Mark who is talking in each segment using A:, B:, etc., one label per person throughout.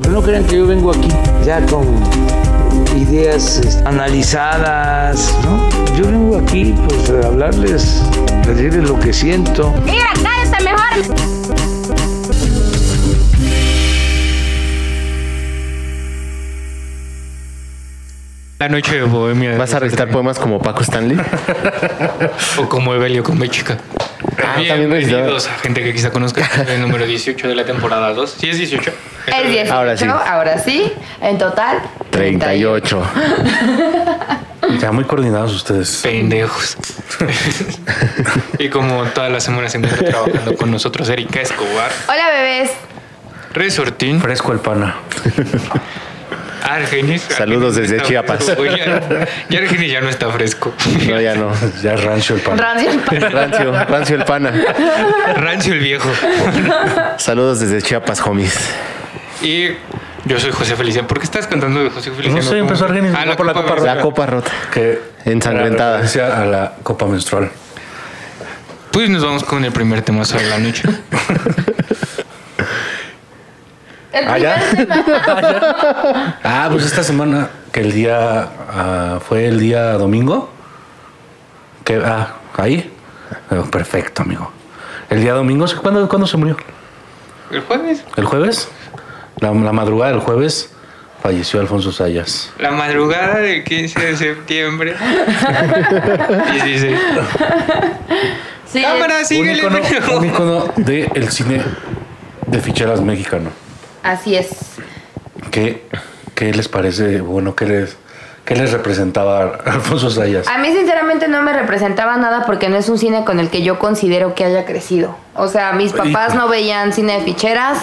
A: Pero no crean que yo vengo aquí ya con ideas este, analizadas, ¿no? Yo vengo aquí pues a hablarles, a decirles lo que siento.
B: Mira, cállate mejor.
C: La noche de bohemia.
D: ¿Vas a recitar poemas como Paco Stanley?
C: O como Evelio con Mexica.
D: Ah, también
C: Bienvenidos a gente que quizá conozca el número 18 de la temporada 2. Sí, es 18.
B: Es 18,
D: Ahora
B: ahora
D: sí.
B: sí. En total,
D: 38.
E: Ya muy coordinados ustedes.
C: Pendejos. y como todas las semanas se encuentra trabajando con nosotros Erika Escobar,
B: Hola, bebés.
C: Resortín,
E: Fresco el pana.
C: Argenis.
D: Saludos
C: Argenis
D: desde
C: está
D: Chiapas.
C: fresco. Oye, Ya, ya Argenis ya no está fresco.
D: No, ya no.
E: Ya es rancho el pana.
B: Rancio.
D: Rancio, rancio el pana.
C: Rancio el viejo.
D: Saludos desde Chiapas, homies.
C: Y yo soy José Feliciano. ¿Por qué estás cantando de José Feliciano?
E: No sé, empezó Argenis,
C: Ah,
E: no
C: la
E: por la
C: copa
E: copa
C: Verde.
D: La copa rota.
E: Que
D: Ensangrentada.
E: era referencia a la copa menstrual.
C: Pues nos vamos con el primer tema sobre la noche.
B: El
D: Ah, ya.
B: primer tema.
E: Ah, pues esta semana, que el día ah, fue el día domingo. Que, ah, ahí. Oh, perfecto, amigo. El día domingo, ¿cuándo, ¿cuándo se murió?
C: El jueves,
E: ¿El jueves? La, la madrugada del jueves falleció Alfonso Sayas.
C: la madrugada del 15 de septiembre. y dice:
B: Sí,
C: Cámara,
E: un
C: síguele.
E: icono,
C: pendejo".
E: un ícono del cine de ficheras mexicano.
B: Así es.
E: ¿Qué, qué les parece? Bueno, ¿qué les, qué les representaba Alfonso Sayas?
B: A mí sinceramente no me representaba nada porque no es un cine con el que yo considero que haya crecido. O sea, mis papás no veían cine de ficheras.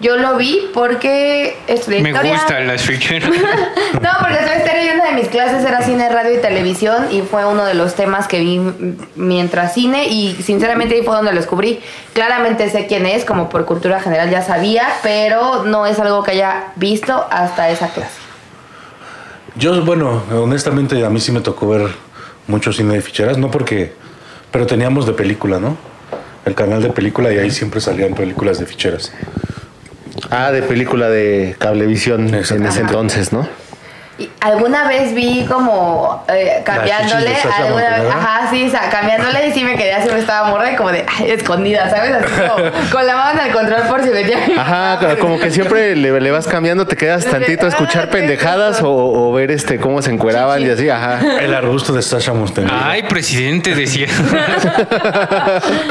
B: Yo lo vi porque estudié
C: Me
B: historia.
C: gustan las ficheras.
B: No, porque soy estéreo y una de mis clases era cine, radio y televisión y fue uno de los temas que vi m- mientras cine y sinceramente ahí fue donde lo descubrí. Claramente sé quién es, como por cultura general ya sabía, pero no es algo que haya visto hasta esa clase.
E: Yo, bueno, honestamente a mí sí me tocó ver mucho cine de ficheras, no porque, pero teníamos de película, ¿no? El canal de película y ahí siempre salían películas de ficheras.
D: Ah, de película de cablevisión
E: Exacto.
D: en ese
B: Ajá.
D: entonces, ¿no?
B: Y alguna vez vi como eh, cambiándole,
E: Las chichis de Sasha
B: alguna vez,
E: Montenegro.
B: ajá, sí, o sea, cambiándole y sí me quedé así, me estaba morra y como de ay, escondida, ¿sabes? Así como con la mano al control por si metía.
D: Ajá, como que siempre le, le vas cambiando, te quedas tantito a escuchar pendejadas o, o ver este cómo se encueraban y así, ajá.
E: El arbusto de Sasha Montenegro.
C: Ay, presidente, decía.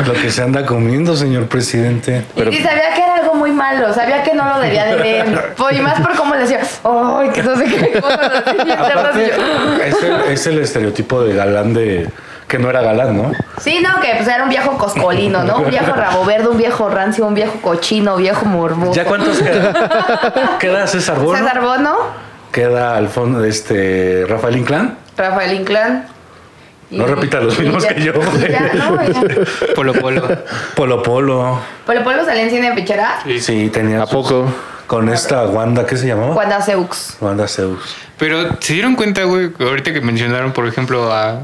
E: Lo que se anda comiendo, señor presidente.
B: Y sí sabía que era algo muy malo, sabía que no lo debía de ver. Pues, y más por cómo le decía, ay, que no sé qué cosas así, internas", y
E: Aparte,
B: yo,
E: es el, es el estereotipo de galán de... que no era galán, ¿no?
B: Sí, no, que pues era un viejo coscolino, ¿no? Un viejo rabo verde, un viejo rancio, un viejo cochino, viejo morboso.
E: ¿Ya cuántos quedan? Queda César Bono.
B: César Bono,
E: Queda al fondo este Rafael Inclán.
B: Rafael Inclán. y-
E: No repita los mismos
B: y ya-
E: que yo,
B: y ya,
E: güey.
B: no, ya.
C: Polo Polo.
E: Polo Polo.
B: Polo Polo salía en cine de pichera.
E: Sí, tenía.
D: ¿A
E: sus-
D: poco?
E: Con esta Wanda, ¿qué se llamaba?
B: Wanda Seux.
E: Wanda Zeus.
C: Pero se dieron cuenta, güey, que ahorita que mencionaron, por ejemplo, a.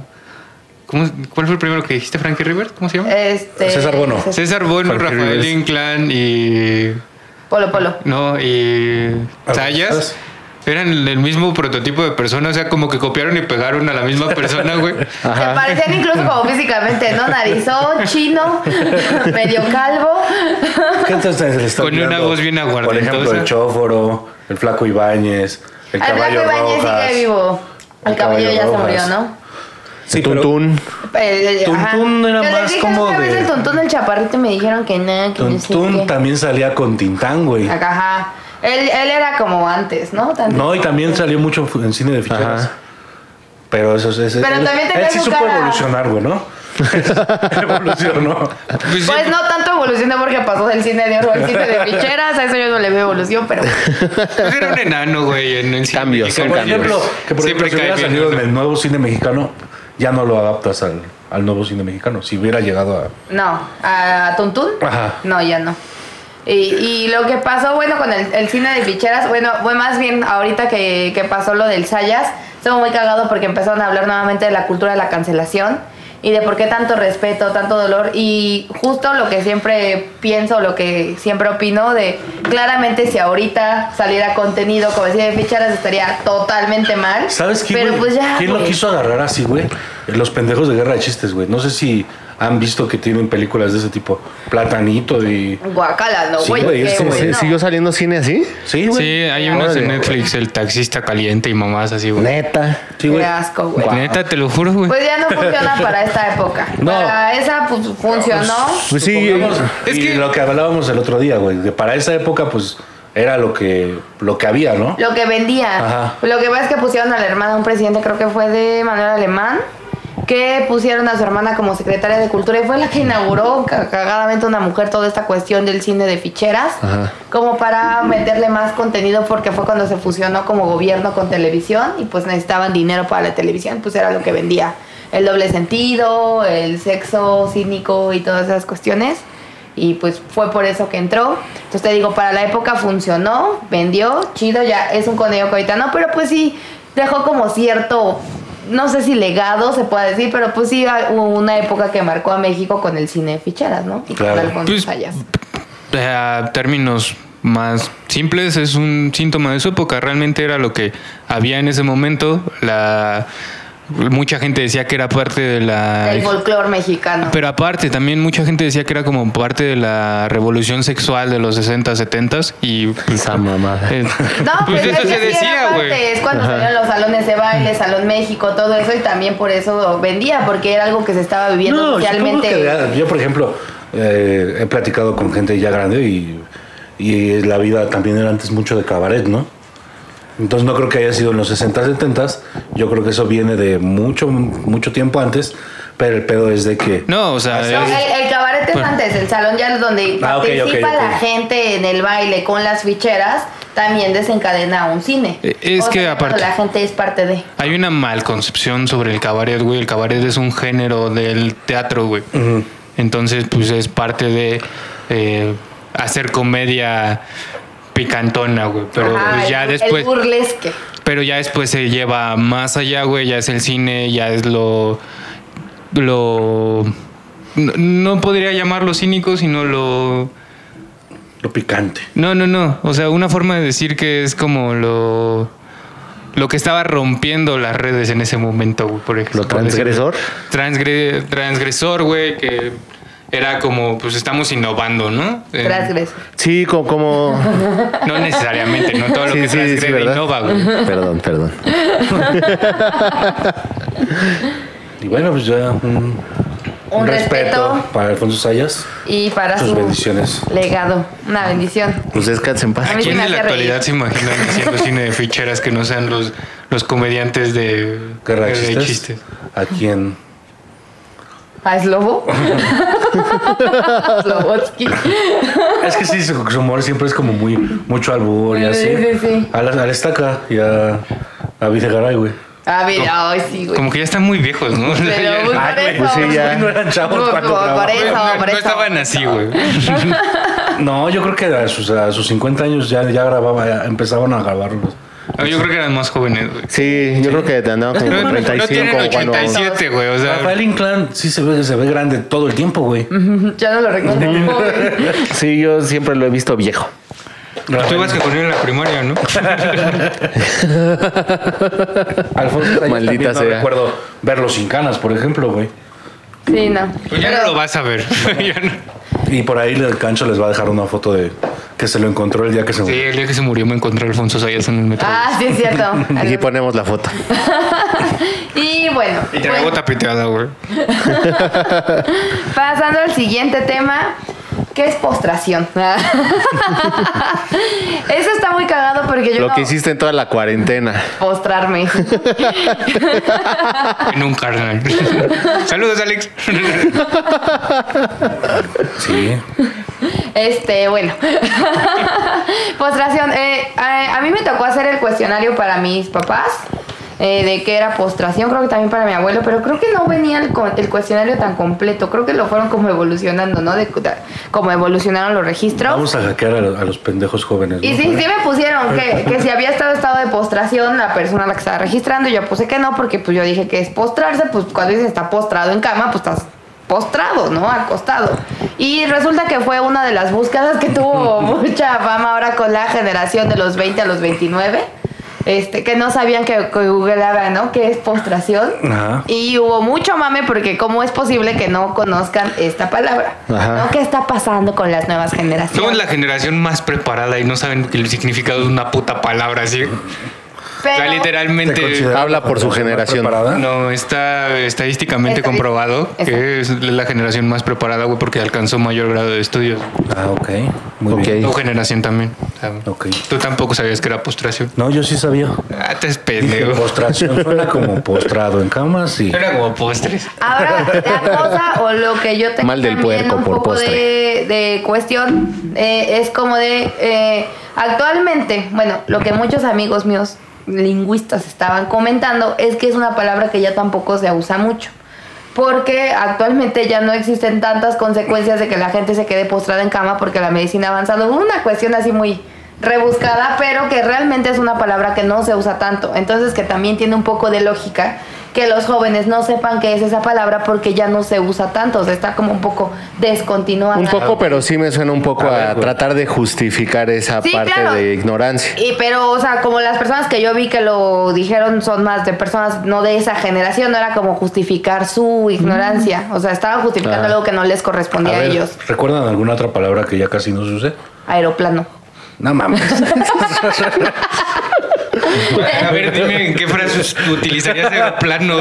C: ¿cómo- ¿Cuál fue el primero que dijiste, Frankie River? ¿Cómo se llama?
B: Este,
E: César Bono.
C: César Bono,
E: Frankie
C: Rafael
E: Rivers.
C: Inclán y.
B: Polo Polo.
C: No, y.
E: Ah,
C: Sayas.
E: ¿sabes?
C: Eran el mismo prototipo de persona, o sea, como que copiaron y pegaron a la misma persona, güey.
B: Se parecían incluso como físicamente, ¿no? Narizón, chino, medio calvo.
E: ¿Qué entonces le está
C: Con una
E: mirando?
C: voz bien
E: Por
C: aguardientosa.
E: ejemplo, el Chóforo, el Flaco Ibáñez, el
B: Al
E: Caballo
B: Blanco Ibañez
E: Rojas.
B: sigue vivo. El
E: El
B: caballo
E: Caballo
B: ya se
E: Rojas.
B: murió, ¿no?
E: Sí, pero-
D: Tuntún.
B: El, el- ajá.
E: Tuntún era
B: Yo les
E: más
B: dije
E: como
B: una vez
E: de-
B: el tontón del chaparrito y me dijeron que no, que no sé
E: Tuntún
B: qué.
E: también salía con Tintán, güey.
B: Acá, ajá. Él, él era como antes, ¿no? Tanto-
E: No, y también salió mucho en cine de ficheras.
D: Ajá.
E: Pero eso es.
B: Pero
E: él,
B: también tenía
E: él sí
B: su
E: supo
B: cara.
E: evolucionar, güey, ¿no? Evolucionó.
C: Pues, sí,
B: Pues no tanto evolucionó porque pasó del cine de oro al cine de ficheras, a eso yo no le veo evolución, pero
C: pues era un enano, güey, en el cine
D: Cambios, son
C: mexicano.
E: Por ejemplo, que por
C: pues. Siempre
E: ejemplo, si
C: cae
E: hubiera
C: bien,
E: salido
C: ¿no?
E: en el nuevo cine mexicano, ya no lo adaptas al, al nuevo cine mexicano. Si hubiera llegado a.
B: no, a Tuntún,
E: Ajá.
B: no, ya no. Y, y lo que pasó, bueno, con el, el cine de ficheras, bueno, fue más bien ahorita que, que pasó lo del Sayas, estuvo muy cagado porque empezaron a hablar nuevamente de la cultura de la cancelación y de por qué tanto respeto, tanto dolor y justo lo que siempre pienso, lo que siempre opino de claramente si ahorita saliera contenido como decía de ficharas estaría totalmente mal.
E: ¿Sabes qué,
B: Pero
E: güey?
B: pues ya,
E: ¿Quién lo
B: güey.
E: quiso agarrar así, güey? Los pendejos de guerra de chistes, güey. No sé si han visto que tienen películas de ese tipo. Platanito y.
B: Guacala, no,
E: Sí,
B: güey.
E: güey, es
B: qué
E: como
B: güey,
D: ¿Sí-
B: no.
D: Eh, ¿Siguió saliendo cine así?
E: Sí,
C: Sí,
E: güey.
C: hay unos
D: Órale.
C: en Netflix, el taxista caliente y mamás así, güey.
D: Neta.
E: Sí,
B: Qué
E: güey.
B: asco, güey.
C: Neta, te lo juro, güey.
B: Pues ya no funciona para esta época.
E: No.
B: Para esa pues, funcionó.
D: Pues sí.
E: Supongamos-
C: Es
E: y
C: que-
E: lo que hablábamos el otro día, güey, que para esa época, pues, era lo que, lo que había, ¿no?
B: Lo que vendía.
E: Ajá.
B: Lo que pasa es que pusieron a la hermana, un presidente, creo que fue de Manuel Alemán, que pusieron a su hermana como secretaria de cultura y fue la que inauguró ca- cagadamente una mujer toda esta cuestión del cine de ficheras,
D: Ajá.
B: como para meterle más contenido porque fue cuando se fusionó como gobierno con televisión y pues necesitaban dinero para la televisión, pues era lo que vendía. El doble sentido, el sexo cínico y todas esas cuestiones. Y pues fue por eso que entró. Entonces te digo, para la época funcionó, vendió, chido, ya es un conejo que ahorita no, pero pues sí, dejó como cierto, no sé si legado se puede decir, pero pues sí hubo una época que marcó a México con el cine de ficheras, ¿no? Y
E: Claro.
B: con Alfonso
C: Pues-
B: Sayas.
C: A términos más simples, es un síntoma de su época. Realmente era lo que había en ese momento. La mucha gente decía que era parte de la
B: Del folclore mexicano.
C: Pero aparte, también mucha gente decía que era como parte de la revolución sexual de los 60, 70 y pues,
D: Esa mamada.
C: eh,
B: No,
C: pues
B: pues, es
C: eso
B: que
C: se
B: sí era
C: decía,
B: parte,
C: güey.
B: Es cuando salieron los salones de baile, Salón México, todo eso, y también por eso vendía, porque era algo que se estaba viviendo
E: No,
B: socialmente.
E: supongo que ya- yo, por ejemplo, eh, he platicado con gente ya grande y, y la vida también era antes mucho de cabaret, ¿no? Entonces no creo que haya sido en los 60, 70. Yo creo que eso viene de mucho, mucho tiempo antes, pero el pedo es de que...
C: No, o sea,
B: No,
C: es-
B: el, el cabaret es
C: Bueno.
B: antes, el salón ya es donde
E: Ah, ok,
B: participa
E: ok, ok.
B: la gente en el baile con las ficheras, también desencadena un cine.
C: Eh, es que
B: cuando
C: aparte-
B: La gente es parte de.
C: hay una malconcepción sobre el cabaret, güey. El cabaret es un género del teatro, güey. Entonces, pues es parte de eh, hacer comedia picantona, güey. Pero
B: Ajá,
C: pues, ya
B: el-
C: después...
B: El burlesque.
C: Pero ya después se lleva más allá, güey. Ya es el cine, ya es lo. Lo. No, no podría llamarlo cínico, sino lo.
E: Lo picante.
C: No, no, no. O sea, una forma de decir que es como lo. Lo que estaba rompiendo las redes en ese momento, güey, por ejemplo.
D: Lo transgresor.
C: Transgre- transgresor, güey, que era como, pues estamos innovando, ¿no? Eh,
B: Transgreso.
D: Sí, como. como...
C: no necesariamente, no todo lo
D: Sí,
C: que
D: sí, sí,
C: transgrede
D: ¿verdad?
C: innova, güey.
D: Perdón, perdón.
E: Y bueno, pues ya un,
B: Un respeto.
E: para Alfonso Sayas.
B: Y para
E: Sus
B: su
E: bendiciones.
B: legado. Una bendición.
D: Pues descansen en paz.
B: A mí se
C: ¿Quién
B: me
C: en la
B: hace reír.
C: actualidad se imaginan haciendo cine de ficheras que no sean los, los comediantes de,
E: Guerra de
C: de
E: chistes. ¿A quién?
B: ¿A Slobo? Slobotsky.
E: Es que sí, su, su humor siempre es como muy mucho albur y así.
B: Sí, sí, sí.
E: A la, a la estaca y a, a Videgaray, güey.
B: A ver, Ah, ay, sí, güey.
C: Como que ya están muy viejos, ¿no? O sea,
B: Pero,
C: ya-
B: pues,
E: Ay,
B: por
E: güey,
B: eso.
D: pues sí, ya.
E: No eran chavos
B: Por-
E: cuando
B: por-
E: grababan.
B: por eso,
C: no,
B: por
C: no
B: eso.
C: estaban así, güey.
E: No, yo creo que a sus, a sus 50 años ya, ya grababa, ya empezaban a grabarlos.
C: No, Yo creo que eran más jóvenes, güey.
D: Sí, yo creo que te andaban como
C: No,
D: con
C: no,
D: 35
C: tienen
D: como cuando.
C: 87, güey. O sea,
E: Rafael Inclán sí se ve, se ve grande todo el tiempo, güey.
B: Ya no lo recuerdo. Joven.
D: Sí, yo siempre lo he visto viejo.
C: tú ibas que con él en la primaria, ¿no? Pues
E: Alfonso Sayas
D: Maldita
E: también no
D: sea.
E: recuerdo verlo sin canas, por ejemplo, güey.
B: Sí, no.
C: Pues ya no lo vas a ver. Ya no.
E: Y por ahí el cancho les va a dejar una foto de que se lo encontró el día que se
C: Sí,
E: murió.
C: el día que se murió me encontré a Alfonso Sayas en el metro.
B: Ah, sí, es cierto.
D: Aquí ponemos la foto.
B: Y bueno,
C: y te
B: bueno,
C: hago tapeteada, güey.
B: pasando al siguiente tema, que es postración. Eso está muy cagado porque yo
D: Lo
B: no-
D: que hiciste en toda la cuarentena.
B: postrarme.
C: En un carnal. Saludos, Alex.
E: Sí.
B: Este, bueno. postración. eh, a, a mí me tocó hacer el cuestionario para mis papás. eh, de qué era postración, creo que también para mi abuelo, pero creo que no venía el, co- el cuestionario tan completo, creo que lo fueron como evolucionando, ¿no? De, de- como evolucionaron los registros.
E: Vamos a hackear a, los- a los pendejos jóvenes.
B: Y
E: ¿no?
B: sí, sí me pusieron dijeron que, que si había estado en estado de postración la persona a la que estaba registrando, y yo puse que no, porque pues yo dije que es postrarse, pues cuando dices está postrado en cama, pues estás postrado, ¿no? Acostado. Y resulta que fue una de las búsquedas que tuvo mucha fama ahora con la generación de los 20 a los 29. Este, que no sabían que, que googleaba, ¿no? Que es postración.
E: Ajá.
B: Y hubo mucho mame porque cómo es posible que no conozcan esta palabra.
D: Ajá.
B: ¿No? ¿Qué está pasando con las nuevas
C: Somos
B: generaciones?
C: la generación más preparada y no saben el significado de una puta palabra así. O sea,
B: Pero-
E: ¿Te
C: literalmente.
E: consideras
D: Habla por su
E: más
D: generación.
E: preparada?
C: No, está estadísticamente
B: Estadíst-
C: comprobado que es la generación más preparada, güey, porque alcanzó mayor grado de estudios.
E: Ah, ok. Muy
D: Ok.
E: bien.
C: Tu generación también. o sea,
E: Ok.
C: Tú tampoco sabías que era postración.
E: No, yo sí sabía.
C: Ah, te es
E: Dije, "Pues,
C: pendejo.
E: postración suena como postrado en cama, sí.
C: Era como postres.
B: Ahora, la cosa o lo que yo tengo
D: Mal del
B: también
D: puerco
B: un
D: por
B: poco
D: postre.
B: de, de cuestión eh, es como de eh, actualmente, bueno, lo que muchos amigos míos lingüistas estaban comentando es que es una palabra que ya tampoco se usa mucho. Porque actualmente ya no existen tantas consecuencias de que la gente se quede postrada en cama porque la medicina ha avanzado. Una cuestión así muy rebuscada, pero que realmente es una palabra que no se usa tanto. Entonces que también tiene un poco de lógica que los jóvenes no sepan qué es esa palabra porque ya no se usa tanto. O sea, está como un poco descontinuada.
D: Un poco, pero sí me suena un poco
E: A ver,
D: a
E: güey.
D: tratar de justificar esa
B: Sí,
D: parte
B: claro.
D: de ignorancia.
B: Y pero, o sea, como las personas que yo vi que lo dijeron son más de personas no de esa generación, no era como justificar su ignorancia. O sea, estaban justificando
D: Ah.
B: algo que no les
E: A
B: correspondía a,
E: ver,
B: ellos.
E: ¿recuerdan alguna otra palabra que ya casi no se use?
B: Aeroplano.
E: No mames.
C: A ver, dime en qué frases tú utilizarías aeroplano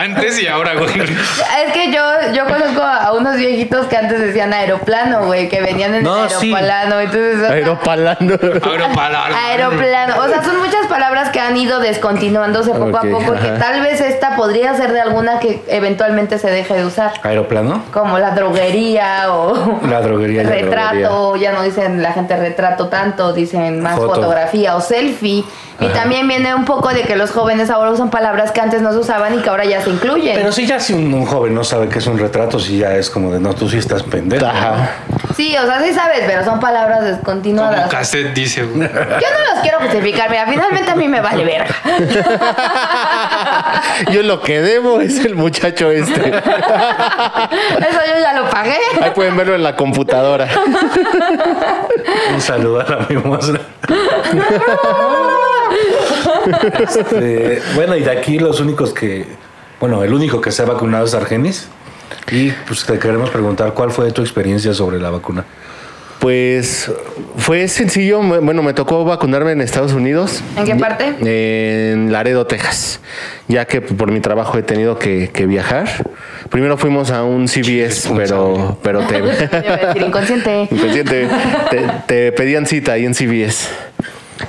C: antes y ahora, güey.
B: Es que yo, yo conozco a unos viejitos que antes decían aeroplano, güey, que venían en
E: No, sí.
B: aeroplano. Entonces, o sea,
D: Aeropalando.
C: Aeroplano.
B: Aeroplano. O sea, son muchas palabras que han ido descontinuándose poco
D: Ok,
B: a poco, que
D: ajá.
B: tal vez esta podría ser de alguna que eventualmente se deje de usar.
E: ¿Aeroplano?
B: Como la droguería o
E: La droguería y la
B: retrato, ya no dicen la gente retrato tanto, dicen más
E: Foto.
B: fotografía o selfie. Y también viene un poco de que los jóvenes ahora usan palabras que antes no se usaban y que ahora ya se incluyen.
E: Pero si ya si un, un joven no sabe que es un retrato, si ya es como de no, tú sí estás pendejo.
D: Ajá.
B: Sí, o sea, sí sabes, pero son palabras
C: Como
B: descontinuadas.
C: cassette dice, güey.
B: Yo no los quiero justificar, mira, finalmente a mí me vale verga.
D: Yo lo que debo es el muchacho este.
B: Eso yo ya lo pagué.
D: Ahí pueden verlo en la computadora.
E: Un saludo a la mimosa. Este, bueno, y de aquí los únicos que. Bueno, el único que se ha vacunado es Argenis. Y pues te queremos preguntar cuál fue tu experiencia sobre la vacuna.
D: Pues fue sencillo. Bueno, me tocó vacunarme en Estados Unidos.
B: ¿En qué parte?
D: En Laredo, Texas. Ya que por mi trabajo he tenido que, que viajar. Primero fuimos a un CBS, pero, pero te,
B: Yo iba a decir inconsciente.
D: inconsciente, te, te pedían cita ahí en CBS.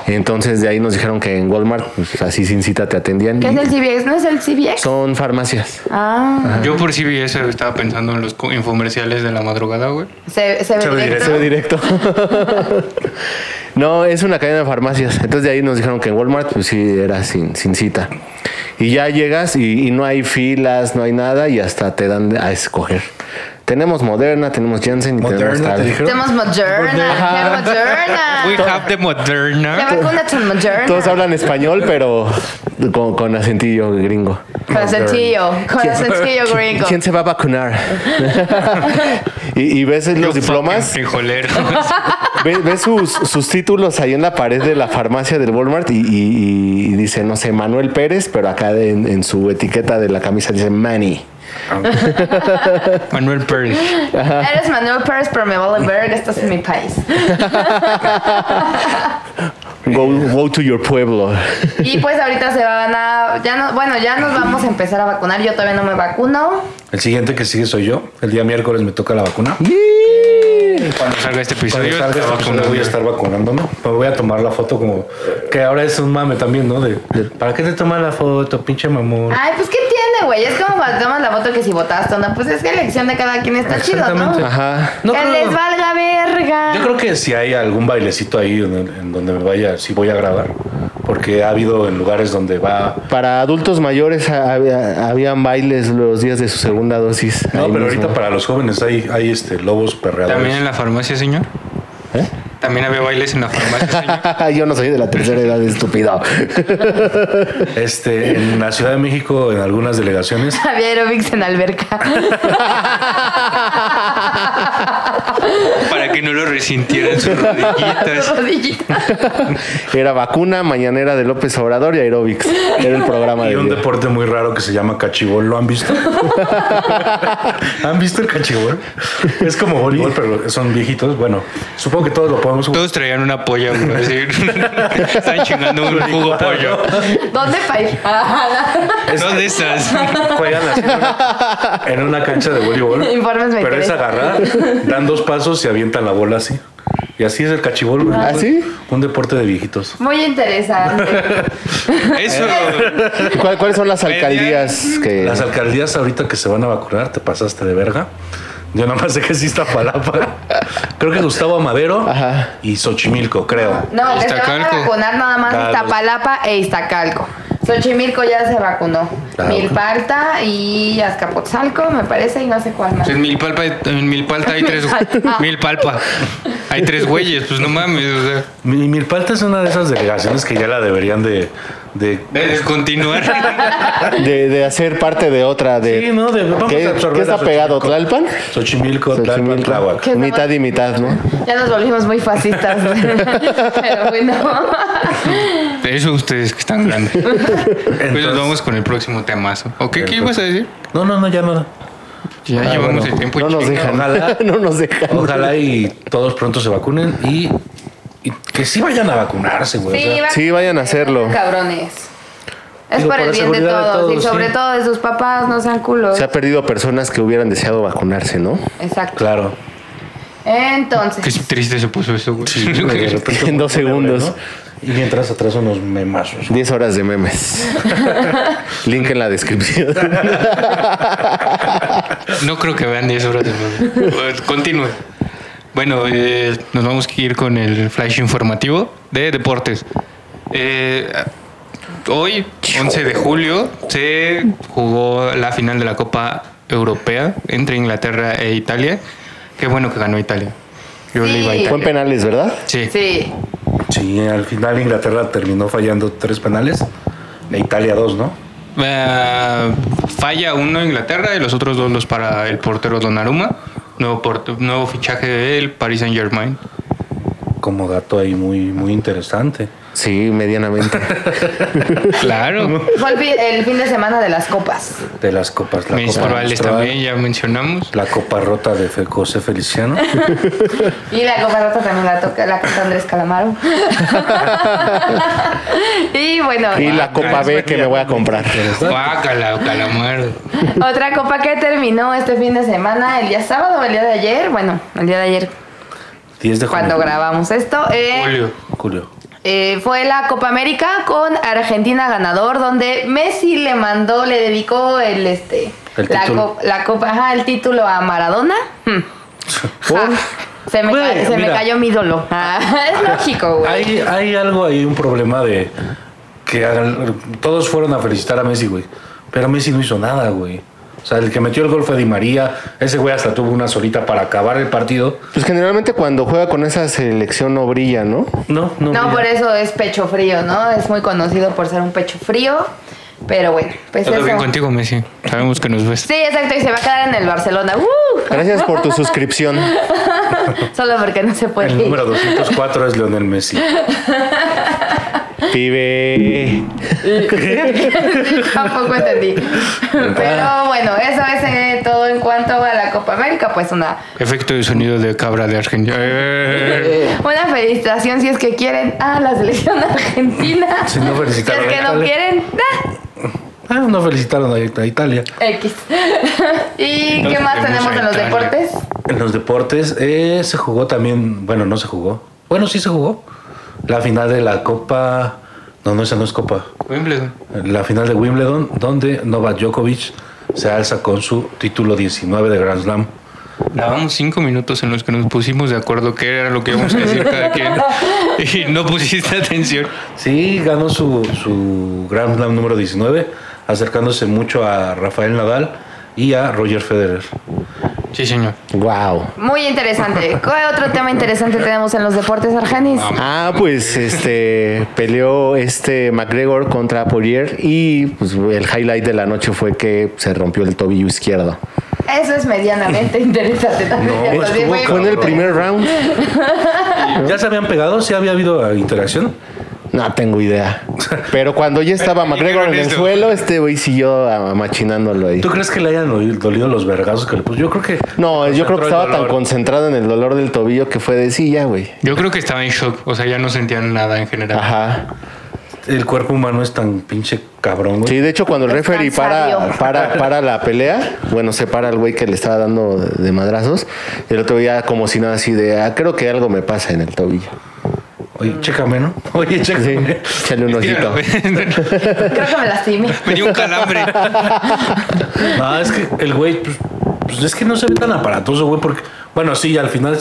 D: Entonces de ahí nos dijeron que en Walmart, pues, así sin cita te atendían.
B: ¿Qué es el CBX? ¿No es el CBX?
D: Son farmacias.
B: Ah,
C: Yo por CBS estaba pensando en los co- infomerciales de la madrugada, güey.
B: se, se ve
E: Se ve
B: directo.
D: Se ve directo. no, es una cadena de farmacias. Entonces de ahí nos dijeron que en Walmart, pues sí, era sin, sin cita. Y ya llegas y, y no hay filas, no hay nada y hasta te dan a escoger. Tenemos Moderna, tenemos Janssen y tenemos
E: Moderna,
D: tal.
E: te dijeron.
B: Tenemos Moderna, ¿qué
C: We
B: Moderna.
C: have the
B: La
C: Moderna.
B: vacuna con Moderna.
D: Todos hablan español, pero con, con acentillo gringo.
B: Con acentillo, con acentillo gringo.
D: ¿Quién se va a vacunar? y, y ves los
C: You
D: diplomas.
C: fucking frijolero.
D: Ve, ve sus, sus títulos ahí en la pared de la farmacia del Walmart y, y- y dice, no sé, Manuel Pérez, pero acá en, en su etiqueta de la camisa dice Manny.
C: Manuel Pérez.
B: Eres Manuel Pérez, pero me vale verga, estás en este mi país.
D: Go, go to your pueblo.
B: Y pues ahorita se van a. Ya no, bueno, ya nos vamos a empezar a vacunar. Yo todavía no me vacuno.
E: El siguiente que sigue soy yo. El día miércoles me toca la vacuna.
C: Cuando salga este
E: Cuando
C: episodio,
E: salga
C: la
E: esta
C: vacuna,
E: vacuna voy a estar vacunándome. Me voy a tomar la foto como... Que ahora es un mame también, ¿no? De, ¿Para qué te tomas la foto, pinche mamón?
B: Ay, pues ¿qué tiene, güey? Es como cuando tomas la foto que si votaste o no. Pues es que la elección de cada quien está chido,
E: Exactamente.
B: ¿no?
D: Ajá.
E: No
B: que
E: creo-
B: les valga verga.
E: Yo creo que si hay algún bailecito ahí en, en donde me vaya, sí voy a grabar. Porque ha habido en lugares donde va...
D: Para adultos mayores ha- había- habían bailes los días de su segunda dosis.
E: No,
D: Ahí
E: pero
D: mismo.
E: ahorita para los jóvenes hay, hay este, lobos perreadores.
C: También en la farmacia, señor.
D: ¿Eh?
C: También había bailes en la farmacia. señor.
D: Yo no soy de la tercera edad, estúpido.
E: Este, en la Ciudad de México, en algunas delegaciones,
B: Había aerobics en alberca.
C: Para que no lo resintieran sus rodillitas.
B: Rodillita.
D: Era vacuna, mañanera de López Obrador y aerobics. Era el programa
E: hay
D: de
E: un
D: día.
E: deporte muy raro que se llama cachibol. ¿Lo han visto? ¿Han visto el cachibol? Es como voleibol, pero son viejitos. Bueno, supongo que todos lo podemos jugar.
C: Todos traían una polla, güey. así. Estaban chingando un jugo pollo.
B: ¿Dónde, Pai?
C: No de esas.
E: Juegan así en una- en una cancha de voleibol.
B: Informes me
E: Pero es
B: interesan.
E: agarrar, dan dos pasos y avientan la bola así. Y así es el cachibol. güey.
D: ¿Ah, sí?
E: Un deporte de viejitos.
B: Muy interesante.
C: Eso.
D: ¿Cuál- ¿Cuáles son las alcaldías que
E: Las alcaldías ahorita que se van a vacunar, te pasaste de verga. Yo nada más sé que sí está palapa. Creo que Gustavo Amadero
D: Ajá.
E: y Xochimilco, creo.
B: No, que se van a
C: Iztacalco.
B: vacunar nada más
E: Claro.
B: Iztapalapa e Iztacalco. Xochimilco ya se vacunó.
E: Claro.
B: Milparta y Azcapotzalco, me parece, y no sé cuál más.
C: En Milpalpa, en Milpalta hay tres. Milpalpa. Hay tres güeyes, pues no mames. O sea,
E: Mi- Milpalta es una de esas delegaciones que ya la deberían de. de-
C: de descontinuar.
D: de, de hacer parte de otra de
E: Sí, no, de- vamos
D: ¿Qué,
E: a absorber
D: qué
E: a
D: está
E: Xochimilco.
D: pegado Tlalpan?
E: Xochimilco, Tlalpan,
D: Xochimilco.
E: Tláhuac.
B: ¿Qué es lo
D: mitad y mitad, ¿no?
B: Ya nos volvimos muy fascistas. Pero bueno.
C: Eso ustedes que están grandes. pues
E: Entonces-
C: vamos con el próximo temazo. ¿O qué, qué ibas a decir?
E: No, no, no, ya nada.
C: Ya
D: Ah,
C: llevamos
D: bueno,
C: el tiempo.
D: no nos
C: chinga.
D: dejan,
E: Ojalá.
D: no nos dejan.
E: Ojalá y todos pronto se vacunen y, y que sí vayan a vacunarse, güey. o sea.
B: va-
D: sí, vayan a hacerlo.
B: Cabrones. Es
E: Digo,
B: por
E: por
B: el bien
E: la
B: de
E: seguridad de
B: todos, y
E: todos,
B: sobre
E: sí.
B: todo de sus papás, no sean culos.
D: Se ha perdido personas que hubieran deseado vacunarse, ¿no?
B: Exacto.
E: Claro.
C: Qué
B: Entonces,
C: triste se puso eso, güey.
E: Sí, güey, de repente
D: En dos
E: fue culebra,
D: segundos.
E: ¿no? Y mientras atrás unos memazos.
D: 10 horas de memes. Link en la descripción.
C: No creo que vean 10 horas de nuevo. Pues, Continúe. Bueno, eh, nos vamos a ir con el flash informativo de deportes. Eh, hoy, 11 de julio, se jugó la final de la Copa Europea entre Inglaterra e Italia. Qué bueno que ganó Italia. Yo le iba a
B: Sí.
D: Fue en
C: Italia.
D: penales, ¿verdad?
C: Sí.
B: sí.
E: Sí, al final Inglaterra terminó fallando tres penales. E Italia dos, ¿no?
C: Eh, falla uno Inglaterra y los otros dos los para el portero Donnarumma. Nuevo, porte- nuevo fichaje del Paris Saint Germain.
E: Como dato ahí muy, muy interesante.
D: Sí, medianamente.
C: Claro.
B: Fue el, fi- el fin de semana de las copas.
E: De las copas. La
C: Mis
E: copa
C: Morales
E: Amstrad,
C: también ya mencionamos.
E: La copa rota de Fe- José Feliciano.
B: Y la copa rota también la toca la canta Andrés Calamaro. y bueno,
D: Y
E: Ah,
D: la copa B que me voy a comprar.
C: Guácala, calamar.
B: otra copa que terminó este fin de semana, el día sábado, el día de ayer, bueno, el día de ayer
E: 10 de
B: cuando
E: junio.
B: grabamos esto. eh,
C: Julio.
E: Julio.
B: Eh, fue la Copa América con Argentina ganador, donde Messi le mandó, le dedicó el este
E: El
B: la,
E: título.
B: co- la copa, ajá, el título a Maradona. Hmm. Ja, se me,
E: Oh. Güey,
B: ca- se me
E: mira.
B: cayó mi ídolo. Ah, es lógico, güey.
E: Hay, hay algo ahí, un problema de que al- todos fueron a felicitar a Messi, güey. Pero Messi no hizo nada, güey. O sea, el que metió el gol fue Di María. Ese güey hasta tuvo una solita para acabar el partido.
D: Pues generalmente cuando juega con esa selección no brilla, ¿no?
E: No,
B: No,
E: no. mira.
B: por eso es pecho frío, ¿no? Es muy conocido por ser un pecho frío. Pero bueno, pues
C: Todo bien
B: eso.
C: contigo, Messi. Sabemos que nos ves.
B: Sí, exacto, y se va a quedar en el Barcelona. ¡Uh!
D: Gracias por tu suscripción.
B: Solo porque no se puede
E: El
B: ir.
E: número 204 es Leonel Messi.
D: Pibe.
B: Tampoco entendí. Pero bueno, eso es eh, todo en cuanto a la Copa América. Pues una,
C: Efecto de sonido de cabra de Argentina. Eh.
B: una felicitación si es que quieren a la selección argentina.
E: Si no felicitaron
B: Si es que
E: a
B: no
E: Italia.
B: quieren, ah,
E: Ah, no felicitaron a, a Italia.
B: X. ¿Y
C: No
B: qué más
C: queremos
B: tenemos
C: a
B: en los
C: Italia.
B: deportes?
E: En los deportes eh, se jugó también. Bueno, no se jugó. Bueno, sí se jugó. La final de la Copa. No, no, esa no es Copa.
C: Wimbledon.
E: la final de Wimbledon, donde Novak Djokovic se alza con su título 19 de Grand Slam.
C: Dábamos cinco minutos en los que nos pusimos de acuerdo qué era lo que íbamos a decir cada quien. Y no pusiste atención.
E: Sí, ganó su, su Grand Slam número 19, acercándose mucho a Rafael Nadal y a Roger Federer.
C: Sí, señor.
D: Wow.
B: Muy interesante. ¿Cuál otro tema interesante tenemos en los deportes, Argenis?
D: Ah, pues este peleó este McGregor contra Poirier y pues, el highlight de la noche fue que se rompió el tobillo izquierdo.
B: Eso es medianamente interesante también.
E: No,
B: ya lo
E: estuvo
B: digo.
D: Fue en el primer round.
E: ¿Ya se habían pegado? ¿Sí había habido eh, interacción?
D: No tengo idea. Pero cuando ya estaba McGregor en el
C: Listo.
D: suelo, este güey siguió ah, machinándolo ahí.
E: ¿Tú crees que le hayan doli- dolido los vergazos que le puso? Yo creo que.
D: No, yo creo
E: Concentró
D: que
E: el
D: estaba tan
E: dolor.
D: concentrado en el dolor del tobillo que fue de sí, ya, güey.
C: Yo creo que estaba en shock, o sea, ya no sentían nada en general.
D: Ajá.
E: El cuerpo humano es tan pinche cabrón, güey.
D: Sí, de hecho, cuando el
B: Es
D: referee
B: tan
D: para,
B: sabio.
D: para, para la pelea, bueno, se para el güey que le estaba dando de madrazos. Y el otro ya como si nada así de, ah, creo que algo me pasa en el tobillo.
E: Oye, chécame, ¿no? Oye,
D: Sí,
E: chécame.
D: échale un ojito.
B: Creo que me lastimé.
C: Me dio un calambre.
E: No, es que el güey, pues, pues, es que no se ve tan aparatoso, güey, porque, bueno, sí, al final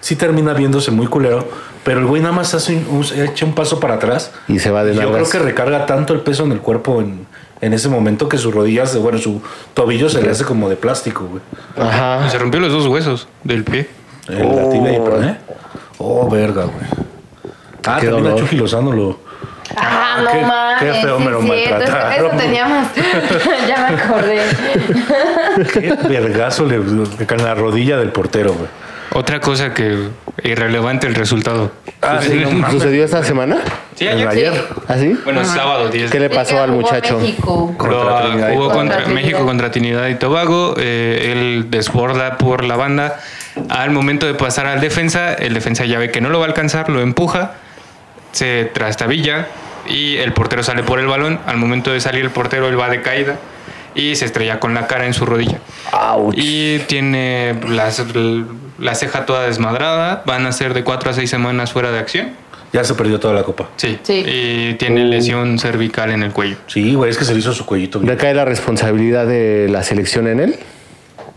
E: sí termina viéndose muy culero, pero el güey nada más hace un, un- echa un paso para atrás.
D: Y se va de
E: Yo creo
D: nalgas.
E: que recarga tanto el peso en el cuerpo en, en ese momento que su rodilla, se- bueno, su tobillo se le hace como de plástico, güey.
D: Ajá.
C: Se rompió los dos huesos del pie.
E: El
D: Oh.
E: la tibia y por- ¿eh? Oh, verga, güey. Ah,
D: Qué
E: también a
D: dolor.
E: Chucky Lozano lo...
B: Ah, no
E: qué- qué
B: mames.
E: feo me
B: sí
E: lo
B: es cierto, eso-
E: maltrataron.
B: Eso teníamos. ya me acordé.
E: Qué vergazo le, le cae en la rodilla del portero, güey.
C: Otra cosa que irrelevante el resultado.
E: Ah, sí, no mames.
D: ¿Sucedió esta semana? ¿Ah,
C: Sí,
E: En
C: ayer.
E: ayer.
D: ¿Así?
C: Bueno,
B: Ah.
C: sábado 10.
D: ¿Qué le pasó
B: Ella
D: al
B: jugó
D: muchacho?
B: México.
C: Lo-
E: Contra Trinidad y
C: jugó
E: Tobago.
C: contra
B: Contra
C: México
B: Trinidad.
C: contra Trinidad y Tobago. eh, él desborda por la banda. Al momento de pasar al defensa, el defensa ya ve que no lo va a alcanzar, lo empuja, se trastabilla y el portero sale por el balón. Al momento de salir el portero, él va de caída y se estrella con la cara en su rodilla. Y tiene las- la ceja toda desmadrada. Van a ser de 4 a 6 semanas fuera de acción.
E: Ya se perdió toda la copa.
C: Sí.
B: Sí.
C: Y
E: Uh.
C: tiene lesión cervical en el cuello.
E: Sí, güey, es que se le hizo su cuellito. bien.
D: ¿Recae la responsabilidad de la selección en él?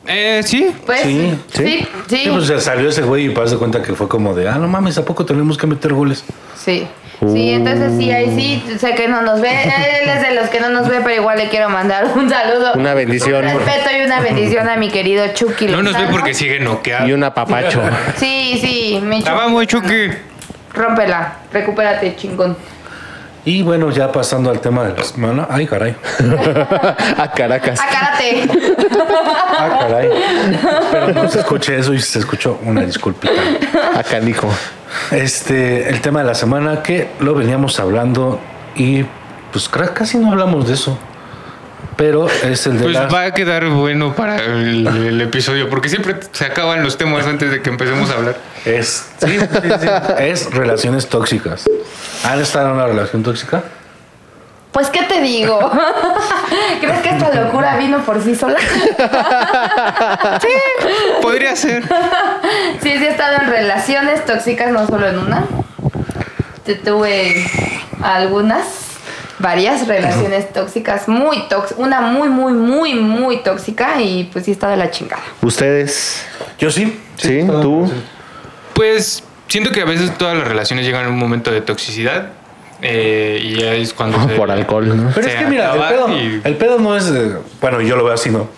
C: Eh, sí,
B: Pues,
E: Sí,
B: sí,
D: sí.
B: sí, sí.
E: Sí, pues se salió ese güey y pasa de cuenta que fue como de, ah, no mames, ¿a poco tenemos que meter goles?
B: Sí. Sí, entonces sí, ahí sí, sé que no nos ve, él es de los que no nos ve, pero igual le quiero mandar un saludo.
D: Una bendición.
B: Un respeto y una bendición a mi querido Chucky.
C: No nos ve
B: Lozano.
C: porque sigue noqueado.
D: Y un apapacho.
B: Sí, sí, mi
C: La
B: Chucky.
C: vamos, Chucky.
B: Rómpela, recupérate, chingón.
E: Y bueno, ya pasando al tema de la semana. Ay, caray.
D: A Caracas.
B: Acárate.
E: Ah, caray. Pero no se escuche eso y se escuchó una disculpita.
D: A Canijo.
E: Este, el tema de la semana que lo veníamos hablando y pues cra- casi no hablamos de eso. Pero es el de
C: Pues
E: las-
C: va a quedar bueno para el, el episodio, porque siempre se acaban los temas antes de que empecemos a hablar.
E: Es, sí, sí, sí. es relaciones tóxicas. ¿Han estado en una relación tóxica?
B: Pues, ¿qué te digo? ¿Crees que esta locura vino por sí sola?
C: Podría ser.
B: Sí, sí he estado en relaciones tóxicas, no solo en una. Te tuve algunas, varias relaciones tóxicas, muy tóxicas, una muy, muy, muy, muy tóxica y pues sí he estado de la chingada.
D: ¿Ustedes?
E: Yo sí.
D: ¿Sí? ¿Tú?
C: Pues siento que a veces todas las relaciones llegan a un momento de toxicidad eh, y ya es cuando. se-
D: Por alcohol, ¿no?
E: Pero
C: se
E: es que mira, el
C: acaba
E: pedo,
C: y-
E: el pedo no es. eh, Bueno, yo lo veo así, ¿no?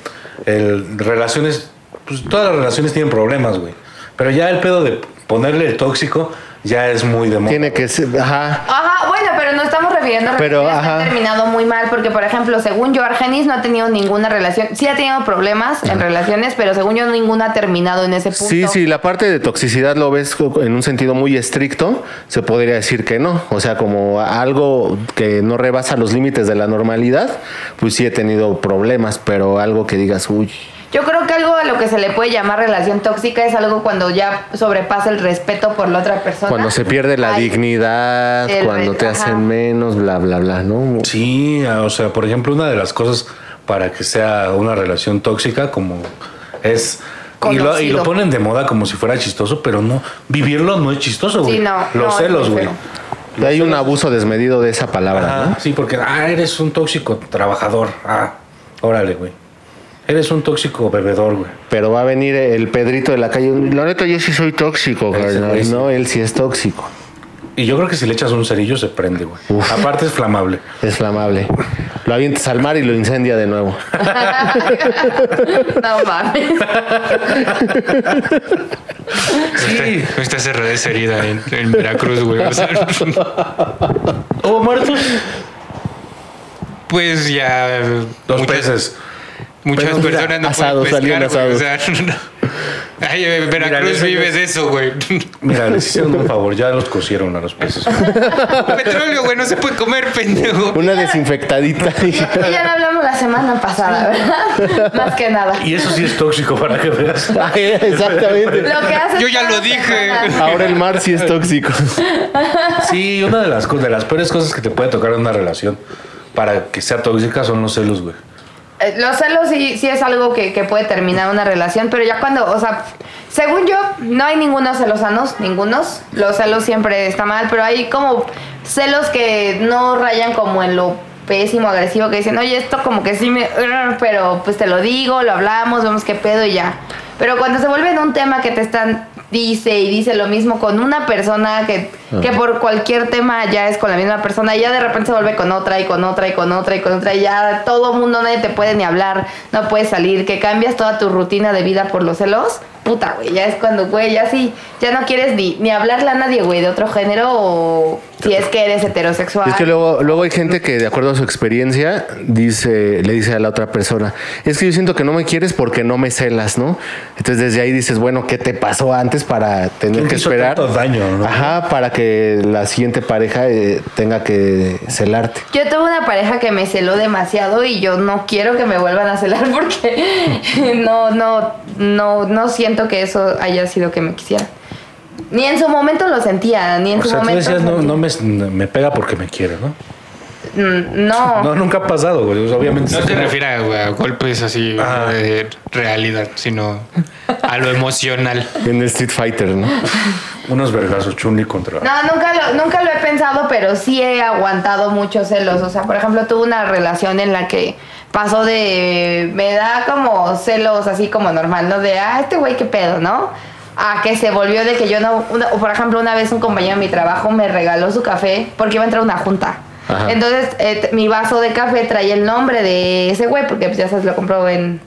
E: El, relaciones. Pues todas las relaciones tienen problemas, güey. Pero ya el pedo de ponerle el tóxico ya es muy de moda.
D: Tiene que ser. Ajá.
B: Ajá, bueno, pero no estamos refiriendo a
D: Pero,
B: relaciones que han
D: ajá.
B: terminado muy mal, porque por ejemplo, según yo, Argenis no ha tenido ninguna relación, sí ha tenido problemas en relaciones, pero según yo ninguna ha terminado en ese punto.
D: Sí, sí, la parte de toxicidad lo ves co- en un sentido muy estricto, se podría decir que no. O sea, como algo que no rebasa los límites de la normalidad, pues sí he tenido problemas, pero algo que digas, uy,
B: Yo creo que algo a lo que se le puede llamar relación tóxica es algo cuando ya sobrepasa el respeto por la otra persona.
D: cuando se pierde la
B: Ay,
D: dignidad,
B: el
D: cuando
B: re-
D: te
B: ajá.
D: hacen menos, bla, bla, bla, ¿no?
E: Sí, ah, o sea, por ejemplo, una de las cosas para que sea una relación tóxica, como es. Y lo, y lo
B: Conocido.
E: ponen de moda como si fuera chistoso, pero no. Vivirlo no es chistoso, güey.
B: Sí, no, no,
E: Los
B: es
E: celos,
B: muy
E: güey.
B: feo.
D: Hay un abuso desmedido de esa palabra,
E: Ajá, Sí, porque ah, eres un tóxico trabajador. Ah, órale, güey. Eres un tóxico bebedor, güey.
D: ¿no? Pero va a venir el Pedrito de la calle, la neta yo sí soy tóxico,
E: Ese
D: carnal",
E: güey sí.
D: no, él sí es tóxico.
E: Y yo creo que si le echas un cerillo se prende, güey. Aparte es flamable.
D: Es flamable. Lo avientas al mar y lo incendia de nuevo.
B: No mames.
E: Sí.
C: Usted se redece herida en, en Veracruz, güey. o sea,
E: ¿Hubo muertos?
C: pues ya.
E: Dos
C: muchas-
E: peces.
C: Muchas
D: Pero mira,
C: personas no
D: asados,
C: pueden
D: salieron
C: pescar, güey. O sea,
D: asados.
C: Ay, eh, Veracruz
E: les-
C: vive de eso, güey.
E: Mira, les hicieron un favor, ya los cosieron a los peces.
C: Petróleo, güey, no se puede comer, pendejo.
D: Una desinfectadita.
B: Y ya lo hablamos la semana pasada, ¿verdad? Más que nada.
E: Y eso sí es tóxico para que veas.
D: Exactamente.
B: Lo que haces
C: Yo ya
B: cada
C: lo dije.
B: semana.
D: Ahora el mar sí es tóxico.
E: Sí, una de las, co- de las peores cosas que te puede tocar en una relación para que sea tóxica son los celos, güey.
B: Eh, Los celos sí, sí es algo que, que puede terminar una relación, pero ya cuando, o sea, según yo, no hay ningunos celos sanos, ningunos. Los celos siempre está mal, pero hay como celos que no rayan como en lo pésimo, agresivo, que dicen, oye, esto como que sí me... Urr", Pero pues te lo digo, lo hablamos, vemos qué pedo y ya. Pero cuando se vuelve en un tema que te están, dice y dice lo mismo con una persona que, que por cualquier tema ya es con la misma persona y ya de repente se vuelve con otra y con otra y con otra y con otra y ya todo mundo, nadie te puede ni hablar, no puedes salir, que cambias toda tu rutina de vida por los celos, puta, güey, ya es cuando, güey, ya sí, ya no quieres ni, ni hablarle a nadie, güey, de otro género o si es que eres heterosexual.
D: Es que luego, luego hay gente que, de acuerdo a su experiencia, dice, le dice a la otra persona, es que yo siento que no me quieres porque no me celas, ¿no? Entonces desde ahí dices, bueno, ¿qué te pasó antes para tener
E: ¿Quién
D: que
E: te hizo
D: esperar?
E: tanto daño, no?
D: Ajá, para que la siguiente pareja eh, tenga que celarte.
B: Yo tuve una pareja que me celó demasiado y yo no quiero que me vuelvan a celar porque no, no, no, no siento que eso haya sido que me quisiera. Ni en su momento lo sentía, ni en
E: O
B: su
E: sea, tú
B: momento.
E: decías, no,
B: sentí-
E: no me, me pega porque me quiere, ¿no?
B: Mm, no.
E: No, nunca ha pasado, güey. O sea, obviamente.
C: No
E: se
C: se refiere a, güey, a golpes así
E: Ah.
C: de realidad, sino a lo emocional.
D: En el Street Fighter, ¿no?
E: Unos vergazos chunli contra.
B: No, nunca lo, nunca lo he pensado, pero sí he aguantado muchos celos. O sea, por ejemplo, tuve una relación en la que pasó de. Me da como celos así como normal, ¿no? De, ah, este güey, qué pedo, ¿no? A que se volvió de que yo no. una- o por ejemplo, una vez un compañero de mi trabajo me regaló su café porque iba a entrar a una junta.
D: Ajá.
B: Entonces, eh, t- mi vaso de café traía el nombre de ese güey, porque pues, ya sabes, lo compró en.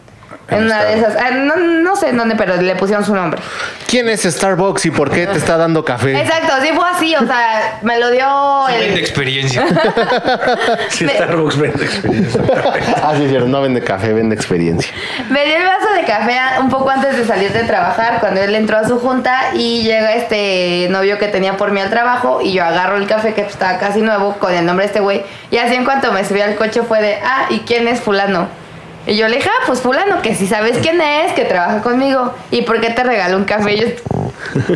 E: En
B: en una de
E: Starbucks.
B: esas. ah, no, no sé en dónde, pero le pusieron su nombre.
D: ¿Quién es Starbucks y por qué te está dando café?
B: Exacto, sí fue así, o sea, me lo dio
C: De
B: el.
C: experiencia.
E: Sí, Starbucks vende experiencia.
D: Ah, sí, es cierto, no vende café, vende experiencia.
B: Me dio el vaso de café a- un poco antes de salir de trabajar, cuando él entró a su junta y llega este novio que tenía por mí al trabajo y yo agarro el café que estaba casi nuevo con el nombre de este güey. Y así en cuanto me subí al coche fue de, ah, ¿y quién es fulano? Y yo le dije, ah, pues fulano, que si sabes quién es, que trabaja conmigo. ¿Y por qué te regaló un café? Y yo,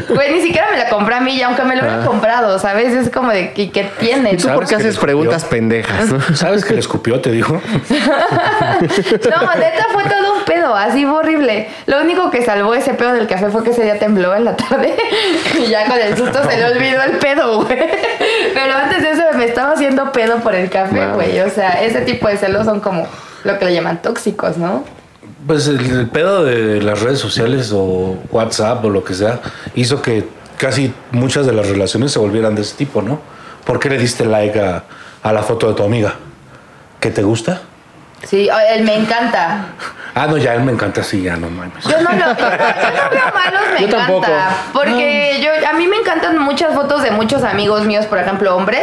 B: güey, ni siquiera me la compré a mí, y aunque me lo hubiera
D: Ah.
B: comprado, ¿sabes? Es como de, ¿y qué tiene?
D: ¿Y tú por
E: ¿Sabes
D: qué
E: que
D: haces
E: le
D: preguntas
E: escupió?
D: pendejas? no?
E: ¿Sabes que le escupió? Te dijo.
B: No, neta fue todo un pedo, así fue horrible. Lo único que salvó ese pedo del café fue que ese día tembló en la tarde y ya con el susto se le olvidó el pedo, güey. Pero antes de eso me estaba haciendo pedo por el café,
D: Wow.
B: güey. O sea, ese tipo de celos son como lo que le llaman tóxicos, ¿no?
E: Pues el, el pedo de las redes sociales o WhatsApp o lo que sea hizo que casi muchas de las relaciones se volvieran de ese tipo, ¿no? ¿Por qué le diste like a, a la foto de tu amiga? ¿Que te gusta?
B: Sí, o- el me encanta.
E: Ah, no, ya él me encanta así, ya no mames.
B: Yo no, lo, yo, no veo malos, me
D: Yo
B: encanta.
D: tampoco.
B: Porque
C: Ah.
B: yo, a mí me encantan muchas fotos de muchos amigos míos, por ejemplo, hombres.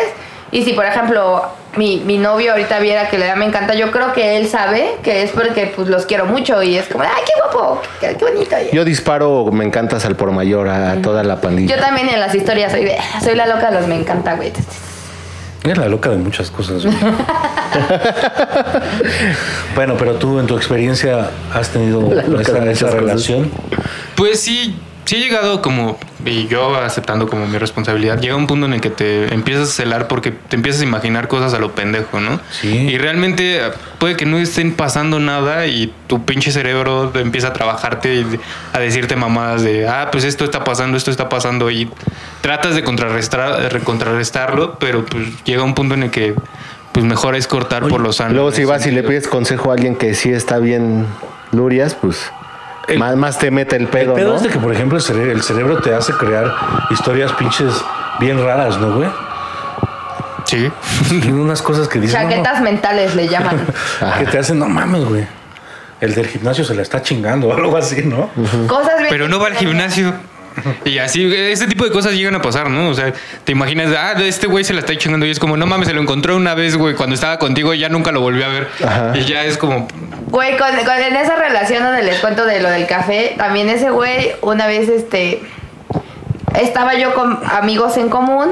B: Y si, por ejemplo, mi, mi novio ahorita viera que le da me encanta, yo creo que él sabe que es porque pues los quiero mucho y es como, ¡ay, qué guapo! ¡Qué, qué bonito!
D: Yo disparo, me encantas al por mayor a, a toda la pandilla.
B: Yo también en las historias soy de, "Ah, soy la loca de los me encanta, güey.
E: Es la loca de muchas cosas. güey. bueno, pero tú en tu experiencia has tenido
D: loca de
E: esa,
D: muchas
E: esa
D: cosas.
E: relación.
C: Pues sí, sí he llegado como, y yo aceptando como mi responsabilidad, llega un punto en el que te empiezas a celar porque te empiezas a imaginar cosas a lo pendejo, ¿no?
E: Sí.
C: Y realmente eh, puede que no estén pasando nada y tu pinche cerebro empieza a trabajarte y a decirte mamadas de, ah, pues esto está pasando, esto está pasando y tratas de contrarrestar, de contrarrestarlo, pero pues llega un punto en el que pues mejor es cortar por
E: Ah,
C: los sano.
D: Luego
C: en
D: si
C: ese
D: vas y le
C: sentido.
D: pides consejo a alguien que sí está bien Lurias, pues
E: El-
D: más, más te mete el pedo,
E: el pedo
D: ¿no?
E: es de que, por ejemplo, el cere- el cerebro, te hace crear historias pinches bien raras, ¿no, güey?
C: Sí.
E: Tienen unas cosas que dicen. no, no,
B: Chaquetas mentales le llaman.
E: que te hacen, no mames, güey. El del gimnasio se la está chingando o algo así, ¿no?
B: Cosas bien
C: Pero no va al gimnasio. Y así, este tipo de cosas llegan a pasar, ¿no? O sea, te imaginas, ah, este güey se la está chingando y es como, no mames, se lo encontró una vez, güey, cuando estaba contigo y ya nunca lo volvió a ver. Y ya es como,
B: Güey, con, con- en esa relación donde les cuento de lo del café, también ese güey, una vez este. Estaba yo con amigos en común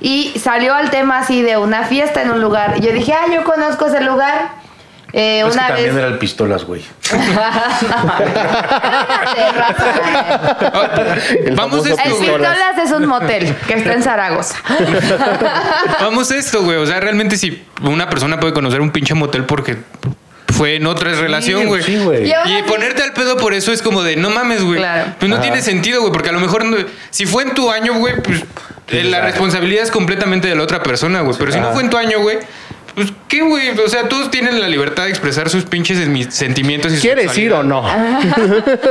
B: y salió al tema así de una fiesta en un lugar. Y yo dije, ah, yo conozco ese lugar. Eh,
E: es que
B: una vez.
E: también eran pistolas, güey.
D: El
C: "Ah, vamos
D: famoso
C: a
B: El
C: esto, güey.
B: Pistolas es un motel que está en Zaragoza.
C: Vamos a esto, güey. O sea, realmente si una persona puede conocer un pinche motel porque fue en otra relación, güey.
E: Sí, güey.
B: Y ahora
C: Y
B: sí.
C: ponerte al pedo por eso es como de no mames, güey.
B: Claro.
C: Pues no tiene sentido, güey, porque a lo mejor no- si fue en tu año, güey, pues eh, la
E: claro.
C: responsabilidad es completamente de la otra persona, güey. Pero si no
E: Ajá.
C: fue en tu año, güey, pues qué, güey. O sea, todos tienen la libertad de expresar sus pinches en- mis sentimientos y
D: ¿Quieres ir o no?
B: Ah,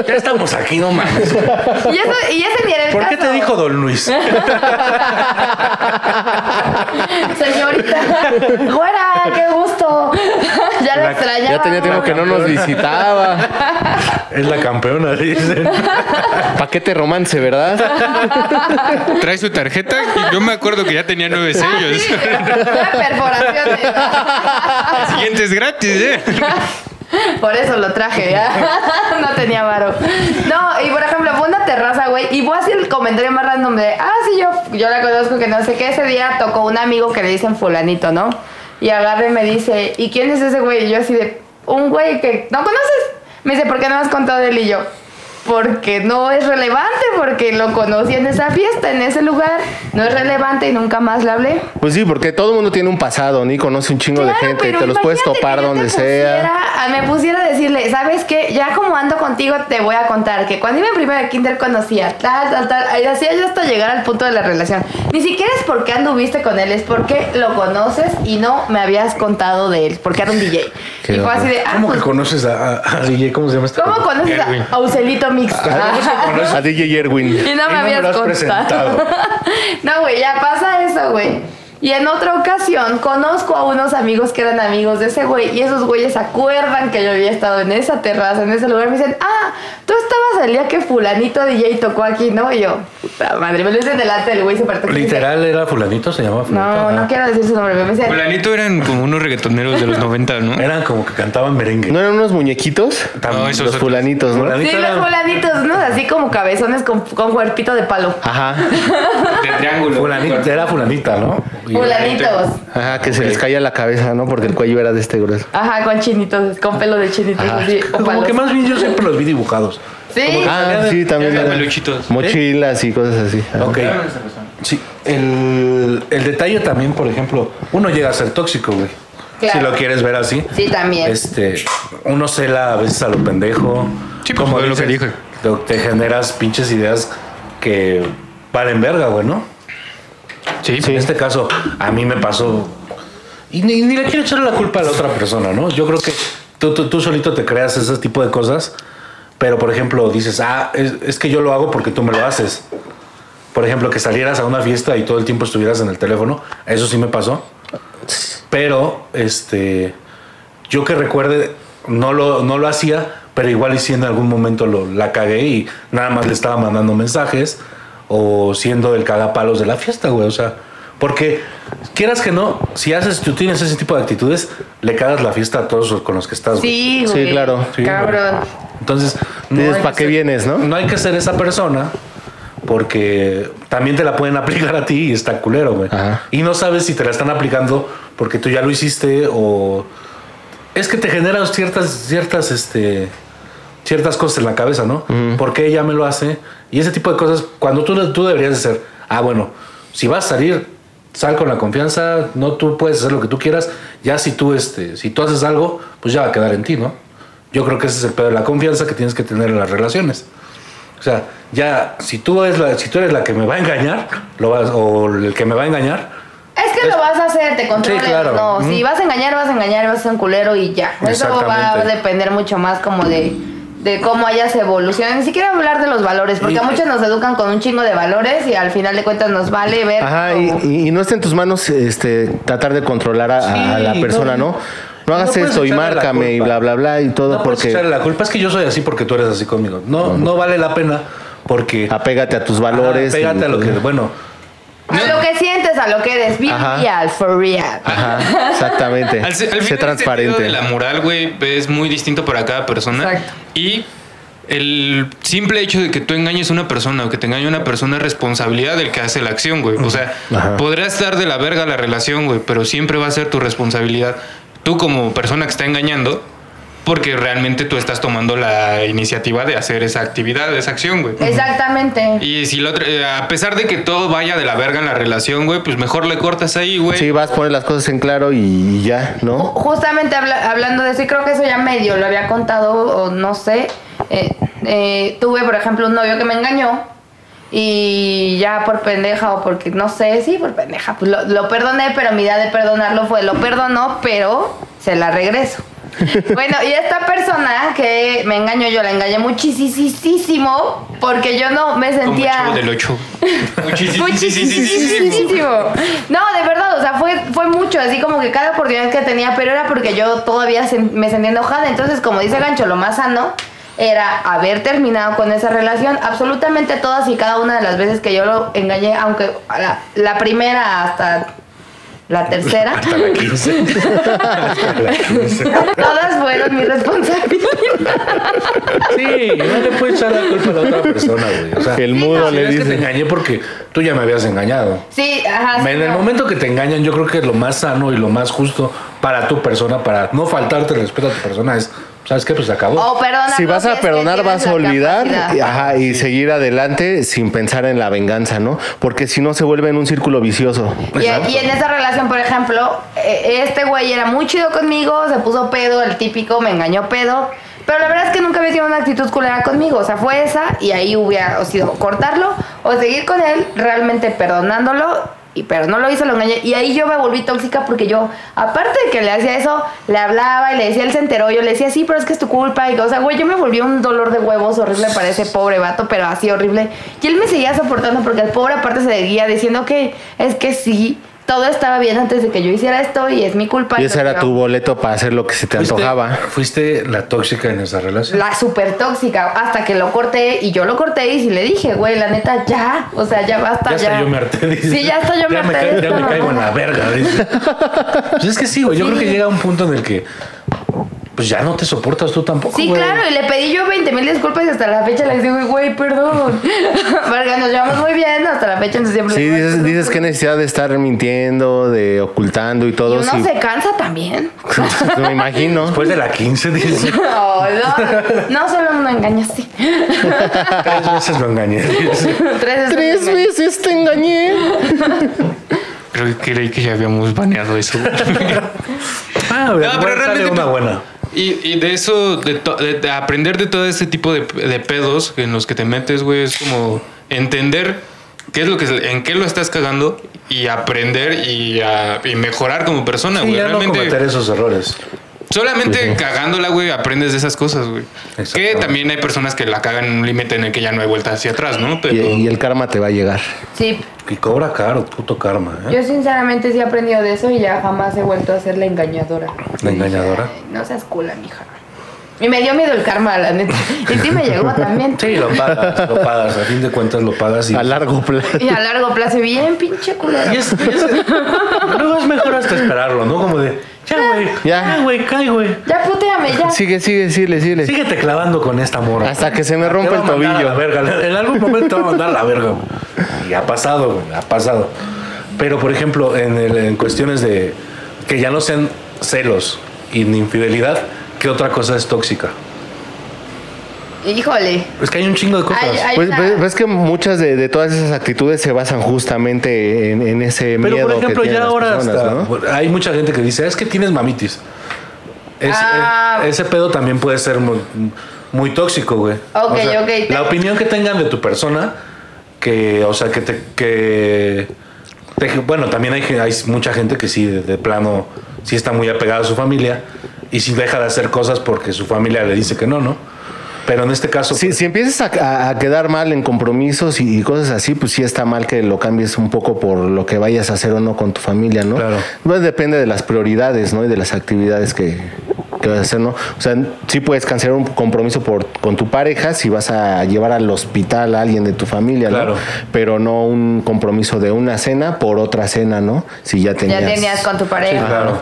E: Ya estamos aquí, no mames.
B: Y, eso, y ese ni era el
E: ¿Por qué
B: caso.
E: te dijo Don Luis?
B: Señorita, güera, qué gusto. ya la
E: La-
B: extrañaba.
D: Ya tenía tiempo que no nos visitaba.
E: Es la campeona, dice.
D: Paquete romance, ¿verdad?
C: Trae su tarjeta y yo me acuerdo que ya tenía nueve
B: Ah,
C: sellos.
B: sí, una perforación.
C: El siguiente es gratis, ¿eh?
B: Por eso lo traje, ¿eh? no tenía varo. No, y por ejemplo, fue una terraza, güey, y fue así el comentario más random de, ah, sí, yo, yo la conozco, que no sé qué, ese día tocó un amigo que le dicen fulanito, ¿no? Y agarre y me dice, ¿y quién es ese güey? Y yo así de, un güey que no conoces. Me dice, ¿por qué no has contado de él? Y yo, porque no es relevante, porque lo conocí en esa fiesta, en ese lugar, no es relevante y nunca más le hablé.
D: Pues sí, porque todo el mundo tiene un pasado, Nico. Conoce un chingo de
B: Claro,
D: gente.
B: pero
D: Te los puedes
B: imagínate
D: topar
B: que yo
D: donde
B: te
D: sea.
B: pusiera- a- me pusiera a decirle, ¿sabes qué? Ya como ando contigo, te voy a contar que cuando iba en primero de kinder conocía tal, tal, tal. Y así hasta llegar al punto de la relación. Ni siquiera es porque anduviste con él, es porque lo conoces y no me habías contado de él, porque era un DJ.
D: Qué
B: y fue
D: horror.
B: así de, ah,
E: ¿Cómo que
B: pues,
E: conoces a, a- Ah, a DJ? ¿Cómo se llama este?
B: ¿cómo
E: cabrón?
B: conoces
C: Erwin.
B: a Auselito Mix?
D: A DJ Erwin.
B: Y
E: no
B: no me
E: me
B: habías
E: lo has
B: contado.
E: presentado.
B: no, güey, ya pasa eso, güey. Y en otra ocasión conozco a unos amigos que eran amigos de ese güey y esos güeyes se acuerdan que yo había estado en esa terraza, en ese lugar. Me dicen, ah, tú estabas el día que fulanito DJ tocó aquí, ¿no? Y yo, puta madre, me lo dicen delante del güey súper toquísimo.
E: Literal, era fulanito, se llamaba fulanito.
B: No, no
E: Ah.
B: quiero decir su nombre. Me dicen,
C: Fulanito eran como unos reggaetoneros de los 90, ¿no?
E: Eran como que cantaban merengue.
D: ¿No eran unos muñequitos?
C: No, esos
D: Los
C: otros.
D: fulanitos, ¿no?
E: Fulanito
B: sí,
E: era-
B: los fulanitos, ¿no? Así como cabezones con, con cuerpito de palo.
D: Ajá.
C: De triángulo.
E: Fulanita, era fulanita, ¿no? Y-
B: Fulanitos.
D: Ajá, que se les caía la cabeza, ¿no? Porque el cuello era de este grueso.
B: Ajá, con chinitos, con pelo de chinitos.
D: Ajá.
B: Así, o
E: Como
B: palos.
E: que más bien yo siempre los vi dibujados.
B: Sí.
D: Ah,
E: salían-
D: sí, también.
C: eran
D: eran
C: peluchitos.
D: Mochilas y cosas así. Ajá.
E: Ok. Sí, el, el detalle también, por ejemplo, uno llega a ser tóxico, güey.
B: Claro.
E: Si lo quieres ver así.
B: Sí, también.
E: Este, uno cela a veces a lo pendejo.
C: Sí, pues, fue lo que dije.
E: lo- Te generas pinches ideas que valen verga, güey, ¿no?
C: Sí,
E: En este caso, a mí me pasó. Y ni, ni le quiero echar la culpa a la otra persona, ¿no? Yo creo que tú, tú, tú solito te creas ese tipo de cosas. Pero, por ejemplo, dices, ah, es, es que yo lo hago porque tú me lo haces. Por ejemplo, que salieras a una fiesta y todo el tiempo estuvieras en el teléfono. Eso sí me pasó. Pero, este. Yo que recuerde, no lo, no lo hacía, pero igual y si en algún momento lo, la cagué y nada más le estaba mandando mensajes o siendo el cagapalos de la fiesta, güey. O sea, porque quieras que no, si haces, tú tienes ese tipo de actitudes, le cagas la fiesta a todos los con los que estás, güey.
B: Sí,
D: Sí,
B: güey.
D: claro.
E: Sí,
B: Cabrón.
E: Entonces,
D: Dices,
E: hay
D: ¿pa'
E: que
D: qué
E: ser-
D: vienes, no?
E: No hay que ser esa persona porque también te la pueden aplicar a ti y está culero, güey.
D: Ajá.
E: Y no sabes si te la están aplicando porque tú ya lo hiciste o es que te generan ciertas ciertas este ciertas cosas en la cabeza, ¿no? ¿Por qué ella me lo hace? Y ese tipo de cosas cuando tú tú deberías de ser, ah, bueno, si vas a salir sal con la confianza, no tú puedes hacer lo que tú quieras, ya si tú este si tú haces algo, pues ya va a quedar en ti, ¿no? Yo creo que ese es el pedo de la confianza que tienes que tener en las relaciones. O sea, ya si tú eres la, si tú eres la que me va a engañar, lo vas, o el que me va a engañar,
B: Es que lo vas a hacer, te controles.
E: Sí, claro.
B: No,
E: Mm.
B: si vas a engañar, vas a engañar, vas a ser un culero y ya. Eso va a
E: Exactamente.
B: depender mucho más como de de cómo ellas evolucionan, ni siquiera hablar de los valores, porque
D: Y-
B: a muchos nos educan con un chingo de valores y al final de cuentas nos vale ver.
D: Ajá, y,
B: cómo-
D: y- y no está en tus manos este, tratar de controlar a, a
E: Sí,
D: la persona,
E: no.
D: ¿no? No
E: No
D: hagas
E: puedes
D: esto y
E: echarle la
D: márcame y
E: culpa.
D: bla, bla, bla y todo
E: No puedes echarle
D: porque
E: la culpa es que yo soy así porque tú eres así conmigo. No, no vale la pena porque
D: apégate a tus valores.
E: Ajá, pégate
D: y- pues,
E: a lo que bueno.
B: a lo que sientes, a lo que eres, bien
D: Ajá.
B: real, for real.
D: Ajá, exactamente.
C: Al, se- al
D: sé
C: final,
D: transparente.
C: El sentido de la moral, güey, es muy distinto para cada persona.
B: Exacto.
C: Y el simple hecho de que tú engañes a una persona o que te engañe una persona es responsabilidad del que hace la acción, güey. O sea,
D: Ajá.
C: podrás estar de la verga la relación, güey, pero siempre va a ser tu responsabilidad. Tú como persona que está engañando, porque realmente tú estás tomando la iniciativa de hacer esa actividad, esa acción, güey.
B: Exactamente.
C: Y si la otra- eh, a pesar de que todo vaya de la verga en la relación, güey, pues mejor le cortas ahí, güey.
D: Sí, vas a poner las cosas en claro y ya, ¿no?
B: Justamente habla- hablando de eso, y creo que eso ya medio lo había contado, o no sé. eh, eh, tuve, por ejemplo, un novio que me engañó. Y ya por pendeja o porque no sé, sí, por pendeja. Pues lo, lo perdoné, pero mi idea de perdonarlo fue: lo perdono, pero se la regreso. bueno, y esta persona que me engañó, yo la engañé muchísimo porque yo no me
C: Como
B: sentía.
C: chavo del 8.
B: Muchísimo. No, de verdad, o sea, fue, fue mucho, así como que cada oportunidad que tenía, pero era porque yo todavía sen- me sentía enojada. Entonces, como dice Gancho, lo más sano era haber terminado con esa relación absolutamente todas y cada una de las veces que yo lo engañé, aunque a la, la primera hasta la tercera,
E: Hasta la 15. Hasta la 15.
B: todas fueron mi responsabilidad.
E: Sí, no le puedes echar la culpa a la otra persona, güey. O sea,
D: El mudo
E: si
D: le
E: ves que te
D: dice.
E: engañé porque tú ya me habías engañado.
B: Sí, ajá. sí,
E: En el
B: no.
E: momento que te engañan, yo creo que lo más sano y lo más justo para tu persona, para no faltarte el respeto a tu persona, es, ¿sabes qué? Pues se acabó.
B: O perdonarlo
D: Si vas
B: Oh, es
D: a
B: que
D: perdonar,
B: tienes
D: vas
B: la
D: a olvidar
B: capacidad.
D: y- ajá, y seguir adelante sin pensar en la venganza, ¿no? Porque si no se vuelve en un círculo vicioso.
B: Y,
E: Exacto.
B: y en esa relación, por ejemplo, eh, este güey era muy chido conmigo, se puso pedo, el típico, me engañó pedo. Pero la verdad es que nunca había tenido una actitud culera conmigo. O sea, fue esa y ahí hubiera sido cortarlo o seguir con él, realmente perdonándolo. Y, pero no lo hizo, lo engañé. Y ahí yo me volví tóxica porque yo, aparte de que le hacía eso, le hablaba y le decía, él se enteró. Yo le decía, sí, pero es que es tu culpa. Y, o sea, güey, yo me volví un dolor de huevos horrible para ese pobre vato, pero así horrible. Y él me seguía soportando porque el pobre aparte se seguía diciendo que es que sí, todo estaba bien antes de que yo hiciera esto y es mi culpa.
D: Y ese
B: no
D: era tu
B: yo".
D: boleto para hacer lo que se te
E: Fuiste-
D: antojaba.
E: Fuiste la tóxica en esa relación.
B: La súper tóxica, hasta que lo corté y yo lo corté y sí le dije, güey, la neta, ya, o sea, ya basta,
E: ya
B: ya.
E: hasta yo me harté. dice.
B: Sí, ya hasta yo me
E: Ya
B: harté
E: ca-
B: de
E: ya
B: esta
E: me caigo en
B: mamada.
E: la verga. dice. Pues es que sí, güey. Yo
B: Sí.
E: creo que llega un punto en el que pues ya no te soportas tú tampoco,
B: Sí,
E: güey.
B: claro, y le pedí yo 20 mil disculpas y hasta la fecha les digo, güey, perdón. Porque nos llevamos muy bien, hasta la fecha entonces siempre. les
D: Sí,
B: digo,
D: dices,
B: "Perdón".
D: dices que necesidad de estar mintiendo, de ocultando y
B: Y
D: todo.
B: uno
D: sí.
B: se cansa también.
D: Me imagino.
E: Después de la 15, dices,
B: No, no, no solo uno engaña así.
E: tres veces lo engañé. dice.
B: Tres,
D: Tres
B: veces.
D: veces te engañé.
C: Creo que creí que ya habíamos baneado eso.
E: Ah, güey,
C: No, pero
E: bueno, sale
C: realmente-
E: una buena.
C: y, y de eso, de, to- de- de aprender de todo este tipo de, de pedos en los que te metes, güey, es como entender qué es lo que, es- en qué lo estás cagando y aprender y, a- y mejorar como persona,
E: Sí,
C: güey.
E: ya no
C: Realmente,
E: cometer esos errores.
C: solamente cagándola, güey, aprendes de esas cosas, güey. Que
E: Exactamente.
C: también hay personas que la cagan en un límite en el que ya no hay vuelta hacia atrás, ¿no? Pero
D: Y, y el karma te va a llegar.
B: Sí,
E: Que cobra caro, puto karma, ¿eh?
B: yo sinceramente sí he aprendido de eso y ya jamás he vuelto a ser la engañadora.
E: La engañadora.
B: Ay, No seas cula, mija. Y me dio miedo el karma, la neta. Y sí me llegó también.
E: Sí, lo pagas, lo pagas. A fin de cuentas lo pagas y...
D: A largo plazo.
B: Y a largo plazo, bien pinche culera.
E: Y es, y es- luego es mejor hasta esperarlo, ¿no? Como de, ya, güey,
D: Ya.
B: Ah,
E: ya, güey, cae, güey.
B: Ya puteame, ya.
D: Sigue, sigue, sigue, sigue.
E: Síguete clavando con esta morra.
D: Hasta que se me
E: Te
D: rompa
E: va
D: el
E: a mandar a la
D: tobillo.
E: verga. En algún momento te va a mandar a la verga. güey. Y ha pasado, güey, ha pasado. Pero, por ejemplo, en, el- en cuestiones de que ya no sean celos y ni infidelidad, ¿qué otra cosa es tóxica?
B: Híjole.
E: Es que hay un chingo de cosas.
B: Ay, ay,
D: Pues
B: una-
D: ves, ves que muchas de, de todas esas actitudes se basan justamente en, en ese
E: Pero,
D: miedo
E: por ejemplo,
D: que tienen
E: ya
D: las
E: ahora
D: personas,
E: hasta-
D: ¿no?
E: hay mucha gente que dice, es que tienes mamitis. Es-
B: Ah.
E: eh, ese pedo también puede ser muy, muy tóxico, güey.
B: Ok, ok.
E: La opinión que tengan de tu persona, que, o sea, que te... Que, te- bueno, también hay, gen- hay mucha gente que sí, de, de plano, sí está muy apegada a su familia y sí deja de hacer cosas porque su familia le dice que no, ¿no? Pero en este caso.
D: Si,
E: pues,
D: si empiezas a, a- a quedar mal en compromisos y, y cosas así, pues sí está mal que lo cambies un poco por lo que vayas a hacer o no con tu familia, ¿no?
E: Claro.
D: Pues depende de las prioridades, ¿no? Y de las actividades que, que vas a hacer, ¿no? O sea, sí puedes cancelar un compromiso por, con tu pareja si vas a llevar al hospital a alguien de tu familia, ¿no?
E: Claro.
D: Pero no un compromiso de una cena por otra cena, ¿no? Si ya tenías.
B: Ya tenías con tu pareja.
E: sí, claro.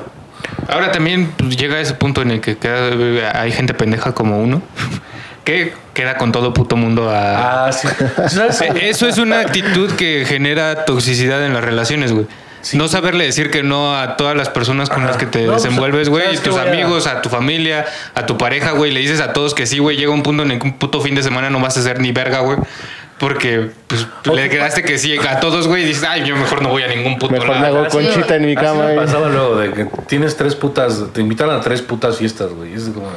C: Ahora también pues, llega ese punto en el que queda- hay gente pendeja como uno que queda con todo puto mundo a...
E: Ah, sí. ¿Sabes?
C: Eh, Eso es una actitud que genera toxicidad en las relaciones, güey. No saberle decir que no a todas las personas con las que te
E: No, pues,
C: desenvuelves, güey,
E: ¿sabes qué
C: tus
E: voy a-
C: amigos, a tu familia, a tu pareja, güey, le dices a todos que sí, güey, llega un punto en el que un puto fin de semana no vas a hacer ni verga, güey. Porque pues, le quedaste que sí a todos, güey, y dices, ay, yo mejor no voy a ningún puto
D: Mejor me
C: lado".
D: hago conchita en mi
E: Así
D: cama. eh.
E: me
D: y-
E: pasaba luego de que tienes tres putas, te invitan a tres putas fiestas, güey. Y Es como de,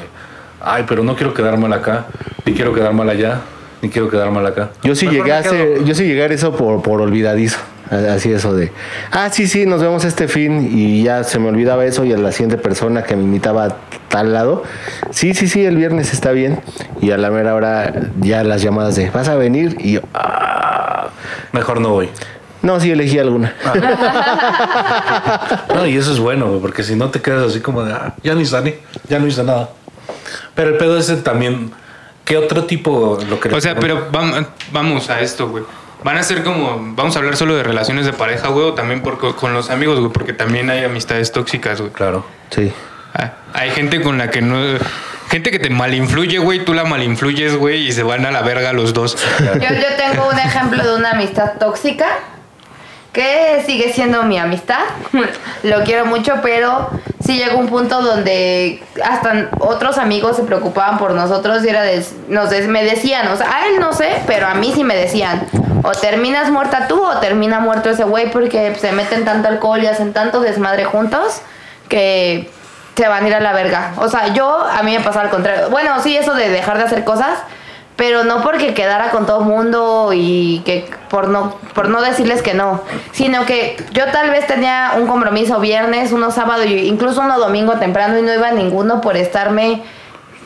E: ay, pero no quiero quedar mal acá, ni quiero quedar mal allá, ni quiero quedar mal acá.
D: Yo sí
E: Mejor
D: llegué a
E: me quedo.
D: hacer, yo sí llegué a eso por, por olvidadizo. A- Así eso de, ah, sí, sí, nos vemos este fin y ya se me olvidaba eso y a la siguiente persona que me invitaba a tal lado, sí, sí, sí, el viernes está bien y a la mera hora ya las llamadas de, vas a venir y yo, "Ah".
E: Mejor no voy.
D: no, sí elegí alguna.
E: Ah. No, y eso es bueno, güey, porque si no te quedas así como de, ah, ya no hice, ni- ya no hice nada. Pero el pedo ese también, ¿qué otro tipo lo que
C: O sea, pero vam- vamos a esto, güey. Van a ser como, vamos a hablar solo de relaciones de pareja, güey, o también por, con los amigos, güey, porque también hay amistades tóxicas, güey.
E: Claro.
D: Sí.
C: Ah, Hay gente con la que no... Gente que te malinfluye, güey, tú la malinfluyes, güey, y se van a la verga los dos.
B: Yo, yo tengo un ejemplo de una amistad tóxica que sigue siendo mi amistad. Lo quiero mucho, pero sí llegó un punto donde hasta otros amigos se preocupaban por nosotros y era de, nos des- me decían, o sea, a él no sé, pero a mí sí me decían, o terminas muerta tú o termina muerto ese güey porque se meten tanto alcohol y hacen tanto desmadre juntos que se van a ir a la verga. O sea, yo a mí me pasaba al contrario. Bueno, sí, eso de dejar de hacer cosas, pero no porque quedara con todo el mundo y que por no por no decirles que no, sino que yo tal vez tenía un compromiso viernes, uno sábado y incluso uno domingo temprano y no iba a ninguno por estarme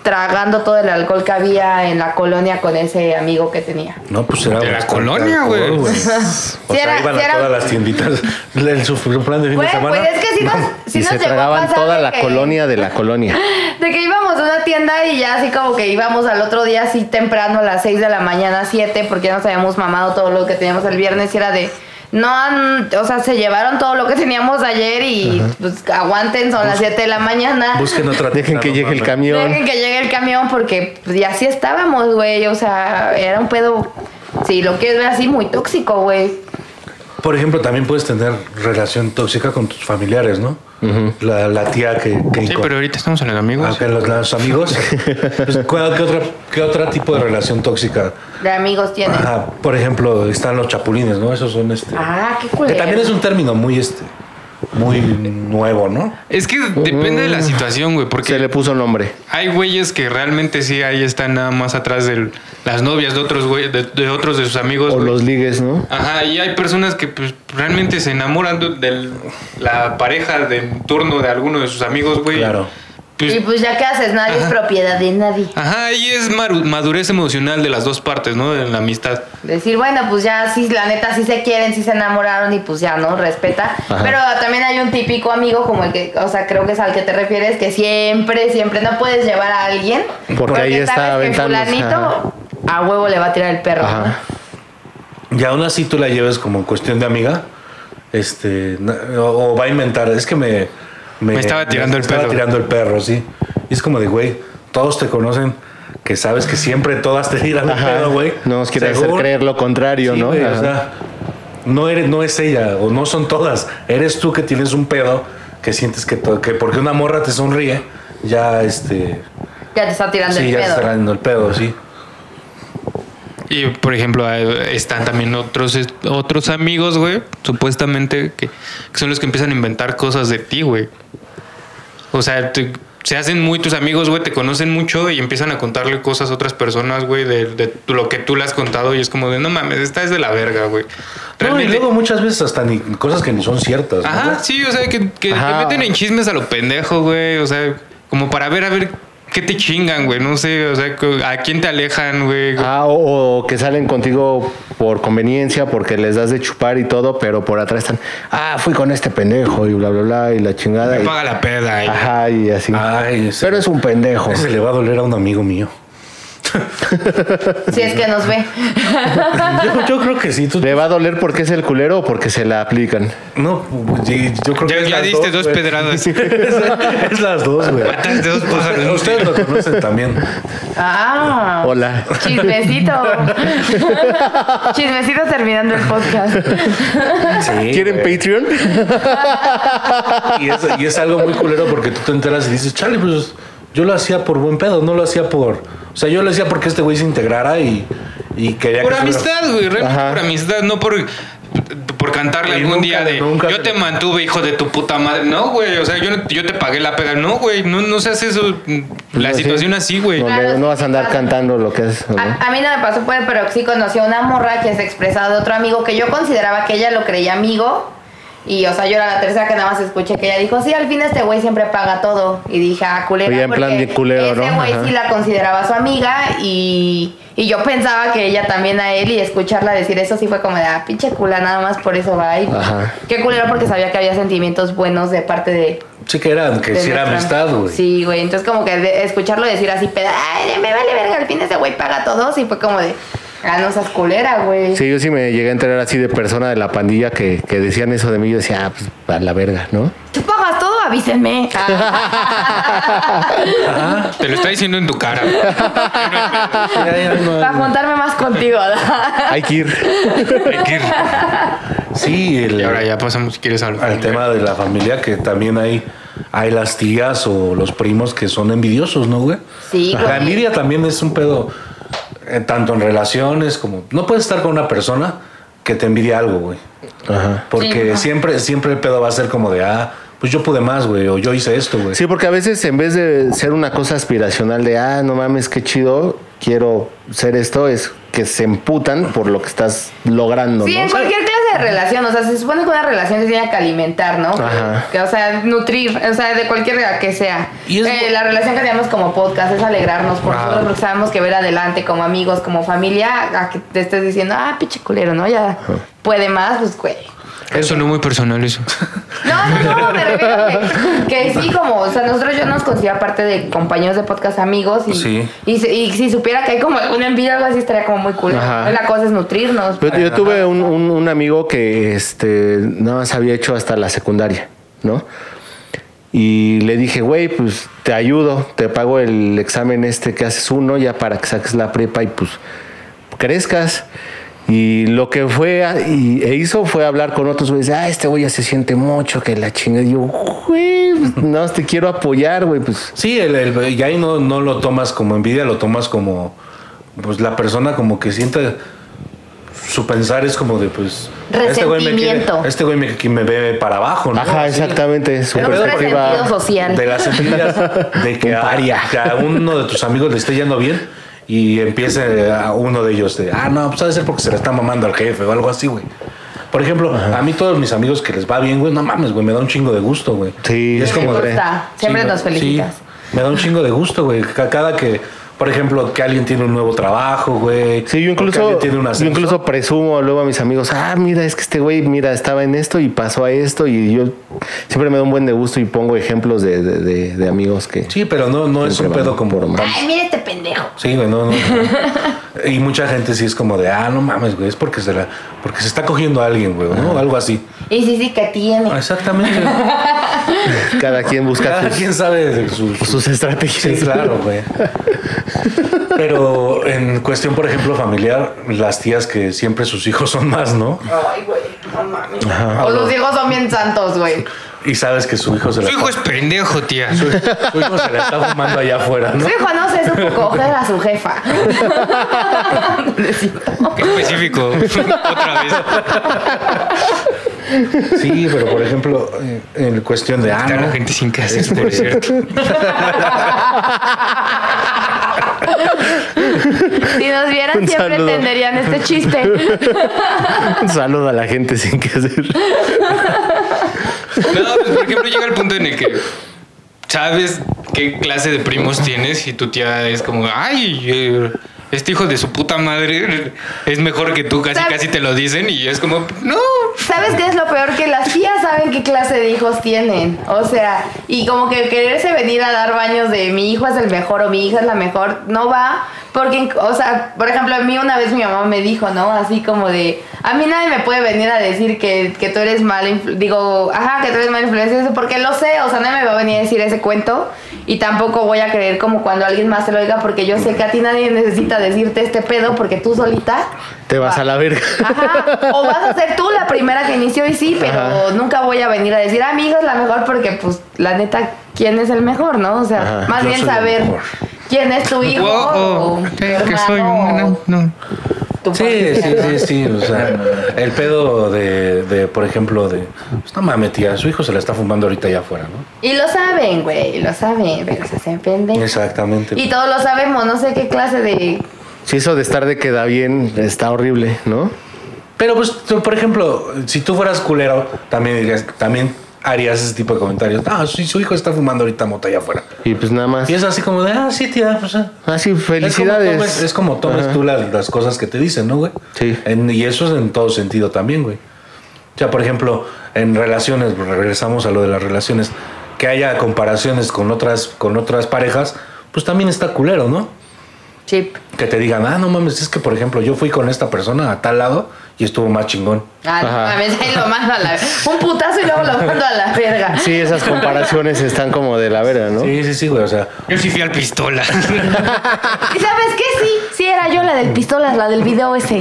B: tragando todo el alcohol que había en la colonia con ese amigo que tenía.
E: No, pues era.
C: De la
E: bastante
C: colonia,
E: alcohol,
C: güey.
E: O sea,
B: era-
E: iban
B: sí
E: a
B: era-
E: todas las tienditas. El su plan de fin
B: Güey,
E: de semana.
B: pues es que si nos, sí
D: y
B: nos llegó
D: se
B: a
D: tragaban
B: pasar
D: toda
B: de
D: la
B: que-
D: colonia de la colonia.
B: De que íbamos a una tienda y ya así como que íbamos al otro día así temprano a las 6 de la mañana, 7, porque ya nos habíamos mamado todo lo que teníamos el viernes y era de... No, han- o sea, se llevaron todo lo que teníamos ayer y pues aguanten, son las 7 de la mañana.
E: Busquen otra
D: Dejen que
E: no
D: llegue el
E: mames.
D: camión.
B: Dejen que llegue el camión porque pues, y así estábamos, güey. O sea, era un pedo, si lo quieres ver así, muy tóxico, güey.
E: Por ejemplo, también puedes tener relación tóxica con tus familiares, ¿no? la, la tía que... que
C: Sí, pero ahorita estamos en los
E: Ah,
C: amigos.
E: que los, los amigos. Pues, ¿cuál- qué, otra, ¿Qué otro tipo de relación tóxica?
B: De amigos tiene.
E: Ajá, por ejemplo, están los chapulines, ¿no? Esos son este...
B: Ah, qué
E: que
B: culero.
E: también es un término muy este... Muy nuevo, ¿no?
C: Es que depende de la situación, güey, porque...
D: Se le puso nombre.
C: Hay güeyes que realmente sí ahí están nada más atrás de las novias de otros güey, de, de otros de sus
E: Pues,
C: amigos.
D: O
C: güey.
D: los ligues, ¿no?
C: Ajá, y hay personas que pues, realmente se enamoran de del- la pareja de turno de alguno de sus amigos, güey.
E: Claro.
C: Pues,
B: Y pues ya que haces, nadie es propiedad de nadie.
C: ajá, y es maru- madurez emocional de las dos partes, ¿no? De la amistad.
B: Decir, bueno, pues ya sí, la neta sí se quieren, sí se enamoraron y pues ya, ¿no? Respeta. Pero también hay un típico amigo como el que, o sea, creo que es al que te refieres, que siempre, siempre no puedes llevar a alguien.
D: Porque ahí está
B: sabes que
D: aventándose,
B: fulanito a huevo le va a tirar el perro.
D: Ajá.
E: Y aún así tú la lleves como cuestión de amiga. Este, na- o, o va a inventar, es que me...
C: Me estaba tirando el
E: estaba
C: perro".
E: tirando el perro, sí. Y es como de, güey, todos te conocen, que sabes que siempre todas te tiran el
D: Ajá.
E: perro, güey.
D: No nos quiere hacer
E: Según-
D: creer lo contrario,
E: Sí,
D: ¿no?
E: güey, o
D: Ajá.
E: sea, no, eres, no es ella, o no son todas. Eres tú que tienes un pedo, que sientes que, to- que porque una morra te sonríe, ya este.
B: ¿no? Ya te está tirando
E: sí,
B: el
E: ya te
B: pedo.
E: está ganando el pedo, sí.
C: Y por ejemplo, eh, están también otros otros amigos, güey, supuestamente que, que son los que empiezan a inventar cosas de ti, güey. O sea, te- se hacen muy tus amigos, güey, te conocen mucho y empiezan a contarle cosas a otras personas, güey, de, de tu- lo que tú le has contado y es como de, no mames, esta es de la verga, güey.
E: No, y
C: Realmente-
E: luego muchas veces hasta ni cosas que ni son ciertas. ¿no?
C: Ajá, sí, o sea, que, que te
D: Ajá.
C: meten en chismes a lo pendejo, güey. O sea, como para ver, a ver ¿Qué te chingan, güey? No sé, o sea, ¿a quién te alejan, güey?
D: Ah, o, o que salen contigo por conveniencia, porque les das de chupar y todo, pero por atrás están, ah, fui con este pendejo y bla, bla, bla, y la chingada.
C: Me
D: y-
C: paga la peda. y-
D: Ajá, y así.
E: Ay, ese-
D: pero Ah, es un pendejo.
E: Ese le va a doler a un amigo mío.
B: Si es que nos ve.
E: Yo, yo creo que sí. Tú,
D: ¿Le va a doler porque es el culero o porque se la aplican?
E: no, sí, yo creo
C: Ya,
E: que es
C: ya
E: las pues.
C: diste dos
E: güey.
C: pedradas.
E: es, es las dos, güey.
C: Mataste dos pájaros de un
E: Ustedes lo conocen también.
B: Ah.
D: Hola.
B: Chismecito. Chismecito terminando el podcast.
D: ¿Quieren Patreon?
E: Y es, y es algo muy culero porque tú te enteras y dices, Charlie, pues yo lo hacía por buen pedo, no lo hacía por. O sea, yo lo hacía porque este güey se integrara y, y quería
C: Por
E: que. se-
C: amistad, güey, realmente
D: Ajá.
C: por amistad, no por por cantarle
E: Y
C: algún
E: nunca-
C: día de
E: nunca
C: yo
E: te-
C: te mantuve hijo de tu puta madre no güey o sea yo, no- yo te pagué la peda no güey no, no seas eso mm, la
D: Pues así.
C: situación así güey
D: No, le- no vas a andar cantando lo que es. ¿no?
B: A, a mí no me pasó, pues, pero sí conocí a una morra que se expresaba de otro amigo que yo consideraba que ella lo creía amigo. Y, o sea, yo era la tercera que nada más escuché que ella dijo, sí, al fin este güey siempre paga todo. Y dije, ah, culera.
D: Oye, en plan
B: porque
D: de culero,
B: ese
D: ¿no?
B: güey
D: Ajá.
B: sí la consideraba su amiga y, y yo pensaba que ella también a él y escucharla decir eso sí fue como de, ah, pinche cula, nada más por eso va. Y
D: Ajá.
B: qué culero porque sabía que había sentimientos buenos de parte de,
E: Sí, que era, que
B: de
E: sí era
B: nuestra-
E: amistad, güey.
B: Sí, güey. Entonces, como que de- escucharlo decir así, peda, ay, me vale verga, al fin ese güey paga todos. Y fue como de, ah, no seas culera, güey.
D: Sí, yo sí me llegué a enterar así de persona de la pandilla que, que decían eso de mí. Yo decía, ah, pues a la verga, ¿no?
B: Tú pagas todo, avísenme. Ah,
C: te lo está diciendo en tu cara güey.
B: Para juntarme más contigo.
D: Hay que ir.
C: Hay que ir.
E: Sí, el,
C: y ahora ya pasamos si quieres al,
E: al tema de la familia, que también hay, hay las tías o los primos que son envidiosos, ¿no, güey?
B: Sí,
E: La
B: güey.
E: envidia también es un pedo, eh, tanto en relaciones como... No puedes estar con una persona que te envidia algo, güey.
D: Ajá.
E: Porque
B: Sí, no.
E: siempre, siempre el pedo va a ser como de, ah, pues yo pude más, güey, o yo hice esto, güey.
D: Sí, porque a veces en vez de ser una cosa aspiracional de, ah, no mames, qué chido, quiero ser esto, es que se emputan por lo que estás logrando,
B: Sí,
D: ¿no?
B: en cualquier clase de relación, o sea, se supone que una relación se tiene que alimentar, ¿no?
D: Ajá.
B: Que, o sea, nutrir, o sea, de cualquier que sea.
E: Y es-
B: Eh, la relación que tenemos como podcast es alegrarnos por
E: Ah.
B: nosotros, porque sabemos que ver adelante como amigos, como familia, a que te estés diciendo, ah, pinche culero, ¿no? Ya puede más, pues, güey.
C: eso no muy personal eso
B: No, no, no, me refiero que, que sí, como, o sea, nosotros yo nos considero parte de compañeros de podcast amigos y,
E: Sí.
B: y, si- y si supiera que hay como una envidia o algo así estaría como muy cool.
D: Ajá.
B: La cosa es nutrirnos.
D: Yo, yo tuve un, un- un amigo que este, nada más había hecho hasta la secundaria, ¿no? Y le dije, güey, pues te ayudo, te pago el examen este que haces uno ya para que saques la prepa y pues crezcas. Y lo que fue a- y, e hizo fue hablar con otros güeyes, ah, este güey ya se siente mucho, que la chinga. Y yo, güey, pues, no, te quiero apoyar, güey, pues.
E: Sí, el, el- y ahí no, no lo tomas como envidia, lo tomas como, pues la persona como que siente, su pensar es como de, pues... Este güey me, quiere-
B: Resentimiento.
E: este güey me, que me ve para abajo, ¿no?
D: Ajá,
E: Así.
D: exactamente, su
B: Pero un resentido
D: perspectiva.
B: social.
E: De las envidias de que a, que a uno de tus amigos le esté yendo bien y empiece a uno de ellos de, ah, no, pues ha de ser porque se la está mamando al jefe o algo así, güey. Por ejemplo, a mí todos mis amigos que les va bien, güey, no mames, güey, me da un chingo de gusto, güey.
D: Sí.
E: Y es como
B: Me
E: de-
B: gusta, siempre
E: güey,
B: nos felicitas.
E: sí, me da un chingo de gusto, güey. ca- Cada que, por ejemplo, que alguien tiene un nuevo trabajo, güey.
D: Sí, yo
E: o que alguien
D: incluso,
E: tiene un
D: yo
E: ascenso.
D: incluso presumo luego a mis amigos, ah, mira, es que este güey, mira, estaba en esto y pasó a esto y yo siempre me da un buen de gusto y pongo ejemplos de, de- de- de amigos que...
E: Sí, pero no, no es
D: siempre
E: un
D: van
E: pedo como...
D: por más.
B: Ay, mira este pendejo.
E: Sí, güey, no, no. y mucha gente sí es como de, ah, no mames, güey, es porque se, la, porque se está cogiendo a alguien, güey, ¿no? Algo así.
B: Y sí, sí, que
D: Ah,
B: tiene.
E: Ah, Exactamente.
D: Cada quien busca
E: Pues Cada
D: sus,
E: quien sabe de sus,
D: sus estrategias.
E: Sí, claro, güey. Pero en cuestión, por ejemplo, familiar, las tías que siempre sus hijos son más, ¿no?
B: Ay, güey, no mames. O los hijos son bien santos, güey.
E: Y sabes que su hijo se
C: tu
E: la,
C: hijo es pendejo tía
E: su, su hijo se la está fumando allá afuera,
B: Su
E: ¿no?
B: hijo no se supo coger a su jefa.
C: Qué específico otra vez
E: Sí, pero por ejemplo, en- en cuestión de... Ah,
C: Está la
E: no,
C: gente sin casas por cierto
B: Si nos vieran,
D: Un
B: siempre
D: saludo.
B: entenderían este chiste.
D: Un saludo a la gente sin que hacer.
C: No, pues por ejemplo llega el punto en el que sabes qué clase de primos tienes y tu tía es como, ay, eh, este hijo de su puta madre es mejor que tú, casi
B: ¿Sabes?
C: casi te lo dicen y es como, no.
B: ¿Sabes qué es lo peor? Que las tías saben qué clase de hijos tienen. O sea, y como que quererse venir a dar baños de mi hijo es el mejor o mi hija es la mejor, no va. Porque, o sea, por ejemplo, a mí una vez mi mamá me dijo, ¿no? Así como de, a mí nadie me puede venir a decir que, que tú eres mala influ- Digo, ajá, que tú eres mala influencia, eso porque lo sé. O sea, nadie me va a venir a decir ese cuento. Y tampoco voy a creer como cuando alguien más se lo oiga porque yo sé que a ti nadie necesita decirte este pedo porque tú solita
D: Te vas a la verga.
B: Ajá. O vas a ser tú la primera que inició y sí, pero
D: Ajá.
B: nunca voy a venir a decir, ah, mi hija es la mejor porque, pues, la neta, ¿quién es el mejor, no? O sea,
D: Ajá.
B: más
E: Yo
B: bien
E: soy el
B: saber
E: mejor.
B: quién es tu hijo
C: Oh,
B: o
C: oh,
B: tu
C: eh, que
B: hermano
C: soy
B: o
C: buena, no.
B: tu
E: Sí, sí,
B: familia, ¿no?
E: sí, sí. O sea, el pedo de, de, por ejemplo, de. Pues no mames, tía, su hijo se la está fumando ahorita allá afuera, ¿no?
B: Y lo saben, güey, lo saben, pero se hacen pendejos.
E: Exactamente.
B: Y todos lo sabemos, no sé qué clase de...
D: Si eso de estar de queda bien está horrible, ¿no?
E: Pero pues, tú, por ejemplo, si tú fueras culero, también dirías, también harías ese tipo de comentarios. Ah, sí, su hijo está fumando ahorita mota allá afuera.
D: Y pues nada más.
E: Y es así como de, ah, sí, tía, pues. ah.
D: Así,
E: Es como
D: felicidades.
E: tomes- Es como tomes,
D: Ajá.
E: tú las, las cosas que te dicen, ¿no, güey?
D: Sí.
E: En- y eso es en todo sentido también, güey. O sea, por ejemplo, en relaciones, pues, regresamos a lo de las relaciones, que haya comparaciones con otras, con otras parejas, pues también está culero, ¿no?
B: Chip.
E: Que te digan, ah, no mames, es que, por ejemplo, yo fui con esta persona a tal lado y estuvo más chingón.
B: Ah, no,
D: Ajá.
B: mames, ahí lo mando a la... Un putazo y luego lo mando a la verga.
D: Sí, esas comparaciones están como de la verga, ¿no?
E: Sí, sí, sí, güey, o sea,
C: Yo sí fui al pistola.
B: ¿Y sabes qué? Sí, sí era yo la del pistolas, la del video ese.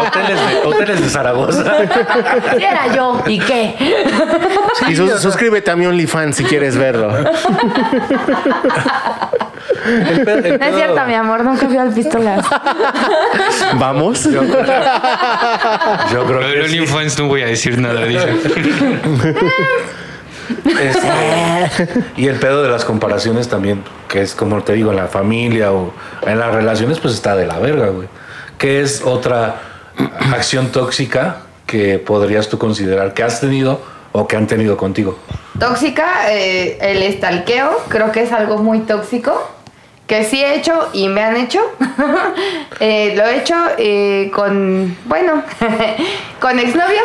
E: hoteles de, hoteles de Zaragoza.
B: Sí era yo. ¿Y qué?
D: y sus- suscríbete a mi OnlyFans si quieres verlo.
E: El pedo- el
B: No es
E: pedo-
B: cierto, mi amor, nunca fui al pistolas.
D: ¿Vamos?
E: Yo creo
C: Lo del
E: que sí.
C: OnlyFans no voy a decir nada, dice.
E: Este, y el pedo de las comparaciones también, que es como te digo, en la familia o en las relaciones, pues está de la verga, güey. Que es otra acción tóxica que podrías tú considerar que has tenido o que han tenido contigo.
B: Tóxica, eh, el estalqueo, creo que es algo muy tóxico. Que sí he hecho y me han hecho. Eh, lo he hecho eh, con, bueno, con exnovios.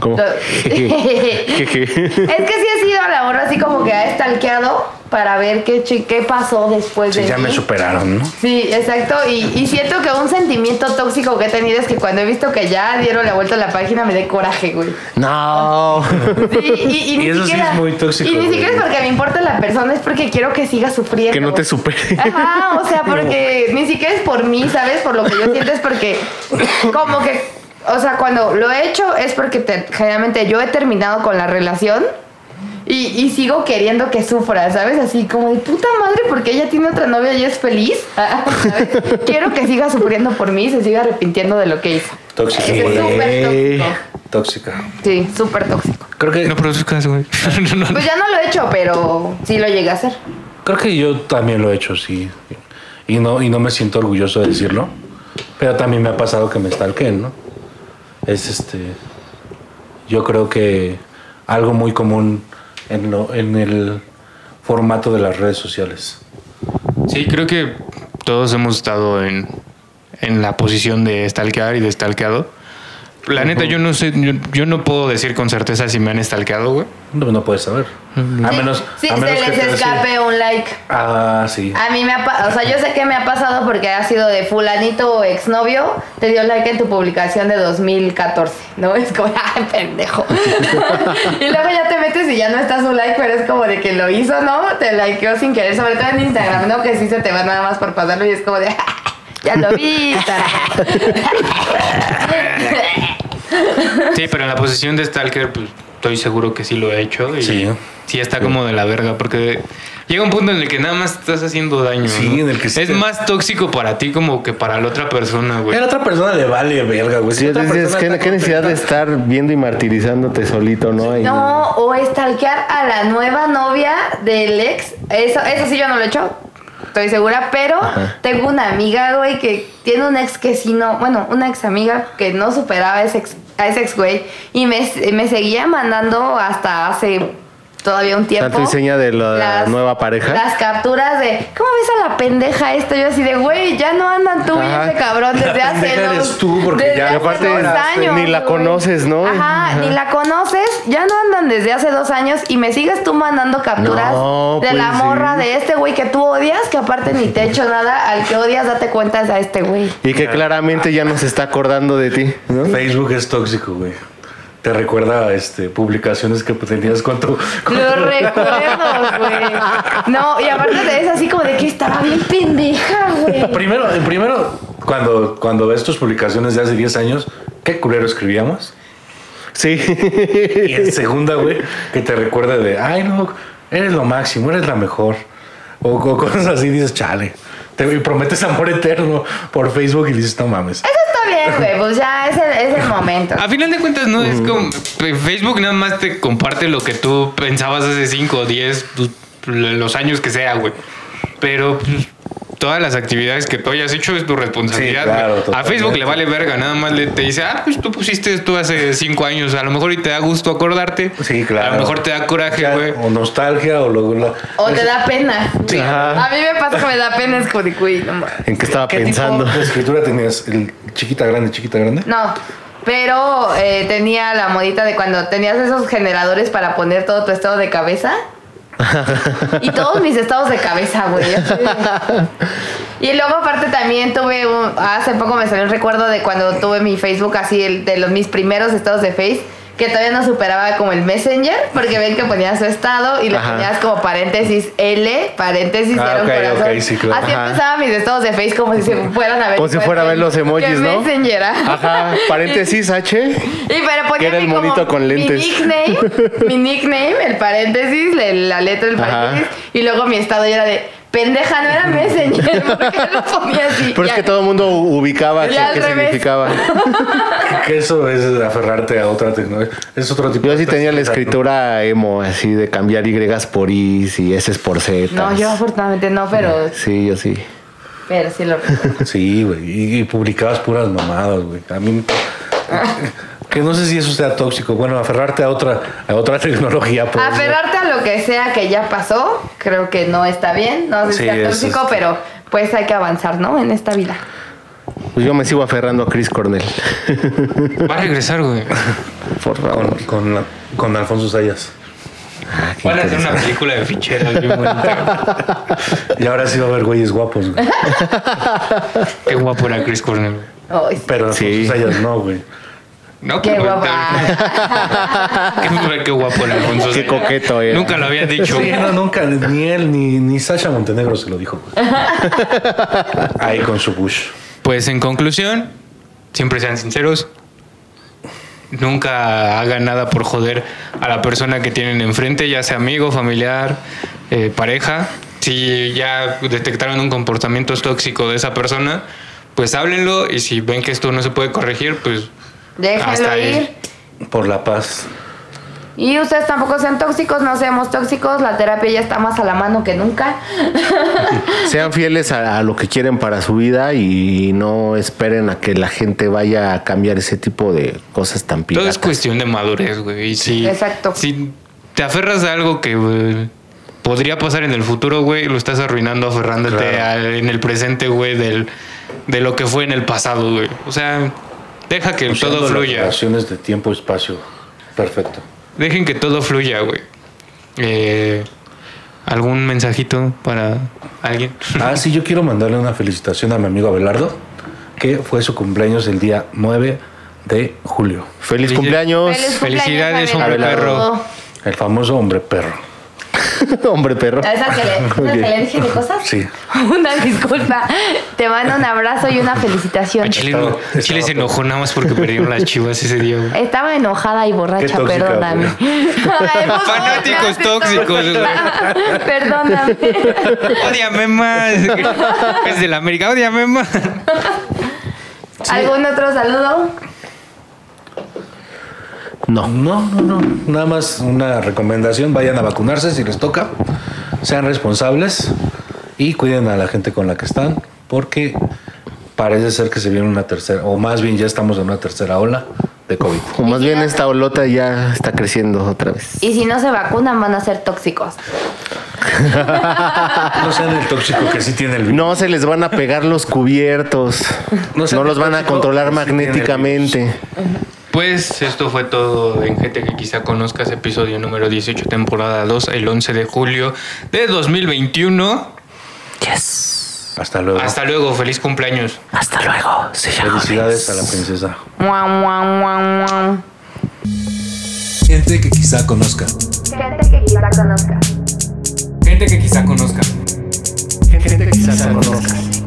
D: ¿Cómo?
B: Lo- Es que sí he sido a la hora así como que ha estalqueado para ver qué, chi- qué pasó después
E: Sí,
B: de
E: ya me
B: mí.
E: superaron, ¿no?
B: Sí, exacto. Y, y siento que un sentimiento tóxico que he tenido es que cuando he visto que ya dieron la vuelta a la página me dé coraje, güey.
D: No.
B: Sí, y, y ni
E: Y eso sí
B: siquiera,
E: es muy tóxico,
B: Y ni
E: güey.
B: siquiera es porque me importa la persona, es porque quiero que siga sufriendo.
D: Que no te supere.
B: Ajá, o sea, porque ni siquiera es por mí, ¿sabes? Por lo que yo siento es porque como que, o sea, cuando lo he hecho es porque te- generalmente yo he terminado con la relación y, y sigo queriendo que sufra, ¿sabes? Así como de puta madre, porque ella tiene otra novia y es feliz. Ah, ¿sabes? Quiero que siga sufriendo por mí y se siga arrepintiendo de lo que hizo.
E: Tóxica.
B: Eso es súper tóxico.
E: Tóxica.
B: Sí, súper tóxico.
E: Creo que,
C: No produzcas, güey. No, no, no.
B: Pues ya no lo he hecho, pero sí lo llegué a hacer.
E: creo que yo también lo he hecho, sí. Y no, y no me siento orgulloso de decirlo. Pero también me ha pasado que me stalkeen, ¿no? es este yo creo que algo muy común en lo- en el formato de las redes sociales
C: Sí, creo que todos hemos estado en, en la posición de stalkear y de stalkeado. La neta, yo no sé, yo, yo no puedo decir con certeza si me han stalkeado, güey.
E: no, no puedes saber a
B: Sí,
E: menos
B: sí,
E: a
B: se
E: menos que
B: les
E: te decida-
B: escape un like.
E: ah sí
B: A mí me ha pa- o sea, yo sé que me ha pasado porque ha sido de fulanito o exnovio, te dio like en tu publicación de 2014, ¿no? Es como, ay, pendejo. y luego ya te metes y ya no está su like, pero es como de que lo hizo, ¿no? Te likeó sin querer, sobre todo en Instagram, ¿no? Que sí se te va nada más por pasarlo y es como de, ya lo vi. tarado".
C: Sí, pero en la posición de stalker, pues estoy seguro que sí lo he hecho. Y
E: Sí.
C: sí. está como de la verga, porque llega un punto en el que nada más estás haciendo daño.
E: Sí,
C: ¿no?
E: en el que sí
C: Es
E: te-
C: más tóxico para ti como que para la otra persona,
E: a
C: güey.
E: la otra persona le vale verga güey Si
D: Sí,
E: otra
D: es- es
E: persona
D: que-
E: está
D: qué necesidad de estar viendo y martirizándote solito, ¿no? Y-
B: No, o estalquear a la nueva novia del ex. Eso, eso sí yo no lo he hecho. Estoy segura, pero tengo una amiga, güey, que tiene un ex que sí no, bueno, una ex amiga que no superaba a ese ex, a ese ex güey y me, me seguía mandando hasta hace todavía un tiempo.
D: Tanta enseña de la nueva pareja.
B: Las capturas de, ¿cómo ves a la pendeja esta? Yo así de, güey, ya no andan tú
D: Ajá.
B: y ese cabrón desde
E: La
B: hace
E: pendeja
B: dos,
E: eres tú, porque
B: desde
E: ya-
B: hace
D: aparte este,
B: dos años,
D: ni la
B: güey.
D: conoces, ¿no?
B: Ajá, ni la conoces, ya no andan desde hace dos años y me sigues tú mandando capturas
D: No,
B: de la
D: pues,
B: morra
D: sí.
B: de este güey que tú odias, que aparte ni te ha hecho nada, al que odias date cuenta es a este güey.
D: Y que claramente ya no se está acordando de ti, ¿no?
E: Facebook es tóxico, güey. Te recuerda este, publicaciones que tenías con tu. con
B: Los
E: tu-
B: recuerdos, güey. No, y aparte de eso, así como de que estaba bien pendeja, güey.
E: Primero, primero cuando, cuando ves tus publicaciones de hace 10 años, qué culero escribíamos.
D: Sí.
E: Y en segunda, güey, que te recuerda de, ay, no, eres lo máximo, eres la mejor. O, o cosas así, dices, chale. Te y prometes amor eterno por Facebook y dices, no mames.
B: Eso está bien, güey. Pues ya es el, es el momento.
C: A final de cuentas, no es como. pues, Facebook nada más te comparte lo que tú pensabas hace 5 o 10, los años que sea, güey. Pero pues, todas las actividades que tú hayas hecho es tu responsabilidad.
E: Sí, claro,
C: güey. a
E: totalmente.
C: Facebook le vale verga, nada más le, te dice, ah, pues tú pusiste esto hace 5 años. A lo mejor y te da gusto acordarte.
E: Sí, claro.
C: A lo mejor te da coraje,
E: Ya,
C: güey.
E: O nostalgia, o lo. la-
B: O te da pena.
D: Ajá.
B: A mí me pasa que me da pena, es como de, güey, no mames.
D: ¿En qué estaba
E: ¿Qué
D: pensando?
E: tipo de escritura tenías? ¿El chiquita grande, chiquita grande?
B: No, pero eh, tenía la modita de cuando tenías esos generadores para poner todo tu estado de cabeza. y todos mis estados de cabeza, güey. así de- Y luego aparte también tuve un- hace poco me salió un recuerdo de cuando tuve mi Facebook así el- de los mis primeros estados de Face que todavía no superaba como el Messenger porque ven que ponías su estado y le
D: Ajá.
B: ponías como paréntesis L paréntesis
E: Ah,
B: era un
E: ok,
B: corazón.
E: ok, sí, claro.
B: Así
D: Ajá.
B: empezaban mis estados de Face como si se fueran a ver
D: Como si fuera a ver los
B: que
D: emojis, ¿no?
B: Messenger, ajá.
D: Ajá, paréntesis H.
B: Y pero ponía
D: Que era
B: así
D: el monito
B: como
D: con lentes.
B: Mi nickname, mi nickname, el paréntesis, la, la letra del
D: Ajá.
B: paréntesis, y luego mi estado ya era de pendeja, no era Messenger, ¿por qué lo ponía así?
D: Pero es
B: Ya.
D: que todo el mundo u- ubicaba
B: Ya
D: qué
B: al
D: qué
B: revés.
D: significaba.
E: Que eso es aferrarte a otra tecnología. Es otro tipo
D: Yo
E: de
D: sí tenía la
E: toxicidad,
D: escritura emo, así de cambiar Y por I y S por Z.
B: No, yo afortunadamente no, pero,
D: Sí, yo sí.
B: pero sí lo recuerdo.
E: ¿no? Sí, güey. Y, y publicabas puras mamadas, güey. A mí. Que no sé si eso sea tóxico. Bueno, aferrarte a otra, a otra tecnología. pues, güey.
B: Aferrarte a lo que sea que ya pasó, creo que no está bien, no sé si
E: Sí,
B: sea
E: eso
B: tóxico,
E: es-
B: pero pues hay que avanzar, ¿no? En esta vida.
D: Pues yo me sigo aferrando a Chris Cornell.
C: Va a regresar, güey.
D: Por favor.
E: Con, con, la- con Alfonso Sayas.
D: Ah, qué
C: Van a hacer una
D: interesante.
C: película de ficheras bien bonita.
E: Y ahora sí va a haber güeyes guapos, güey.
C: Qué guapo era Chris Cornell. güey.
B: Ay, sí.
E: Pero Alfonso
D: Sí.
E: Sayas no, güey.
C: No,
B: Qué
C: güey,
B: guapa.
C: Qué, qué guapo era Alfonso.
D: Qué
C: Sayas.
D: coqueto era.
C: Nunca lo había dicho.
E: Sí, no, nunca, ni él ni, ni Sasha Montenegro se lo dijo. güey. Ahí con su Bush.
C: Pues en conclusión, siempre sean sinceros. Nunca hagan nada por joder a la persona que tienen enfrente, ya sea amigo, familiar, eh, pareja. Si ya detectaron un comportamiento tóxico de esa persona, pues háblenlo y si ven que esto no se puede corregir, pues
B: Déjenlo
C: Hasta ahí.
B: ir.
E: Por la paz.
B: Y ustedes tampoco sean tóxicos, no seamos tóxicos, la terapia ya está más a la mano que nunca.
D: Sean fieles a, a lo que quieren para su vida y no esperen a que la gente vaya a cambiar ese tipo de cosas tan
C: Todo
D: piratas.
C: es cuestión de madurez, güey. Y si,
B: Exacto.
C: Si te aferras a algo que güey, podría pasar en el futuro, güey, lo estás arruinando aferrándote
E: Claro.
C: al- en el presente, güey, del, de lo que fue en el pasado, güey. O sea, deja que todo fluya.
E: Relaciones de tiempo y espacio. Perfecto.
C: Dejen que todo fluya, güey. Eh, ¿Algún mensajito para alguien?
E: Ah, sí, yo quiero mandarle una felicitación a mi amigo Abelardo, que fue su cumpleaños el día 9 de julio.
D: Feliz
C: Feliz-
D: cumpleaños,
B: Feliz cumpleaños,
C: Felicidades, hombre
B: Abelardo.
C: perro.
E: El famoso hombre perro.
D: hombre perro.
B: ¿Sabes a que le, una que le dije de cosas?
E: Sí.
B: Una disculpa. Te mando un abrazo y una felicitación.
C: A Chile, no-
E: Estaba-
C: Chile se
E: estaba-
C: enojó nada más porque perdieron las chivas ese día, güey.
B: Estaba enojada y borracha,
E: Qué tóxica,
B: perdóname. Ay, pues,
C: Fanáticos
B: no,
C: tóxicos,
B: no, Perdóname.
C: Ódiame más. Es del América, ódiame más.
B: ¿Algún otro saludo?
D: No.
E: No, no, no. Nada más una recomendación. Vayan a vacunarse si les toca. Sean responsables y cuiden a la gente con la que están porque parece ser que se viene una tercera, o más bien ya estamos en una tercera ola de COVID.
D: O más bien esta olota ya está creciendo otra vez.
B: Y si no se vacunan, van a ser tóxicos.
E: No sean el tóxico que sí tiene el virus.
D: No se les van a pegar los cubiertos.
E: No
D: No,
E: sean
D: los van a
E: tóxicos,
D: controlar
E: sí tienen
D: magnéticamente.
C: Pues esto fue todo en gente que quizá conozcas, episodio número 18, temporada 2, el 11 de julio de 2021.
E: Hasta luego.
C: Hasta luego, feliz cumpleaños.
E: Felicidades a la princesa.
B: Mua, mua, mua, mua.
F: Gente que quizá conozca.
B: Gente que quizá conozca.
C: Gente que quizá conozcas.
D: Gente que quizá conozca.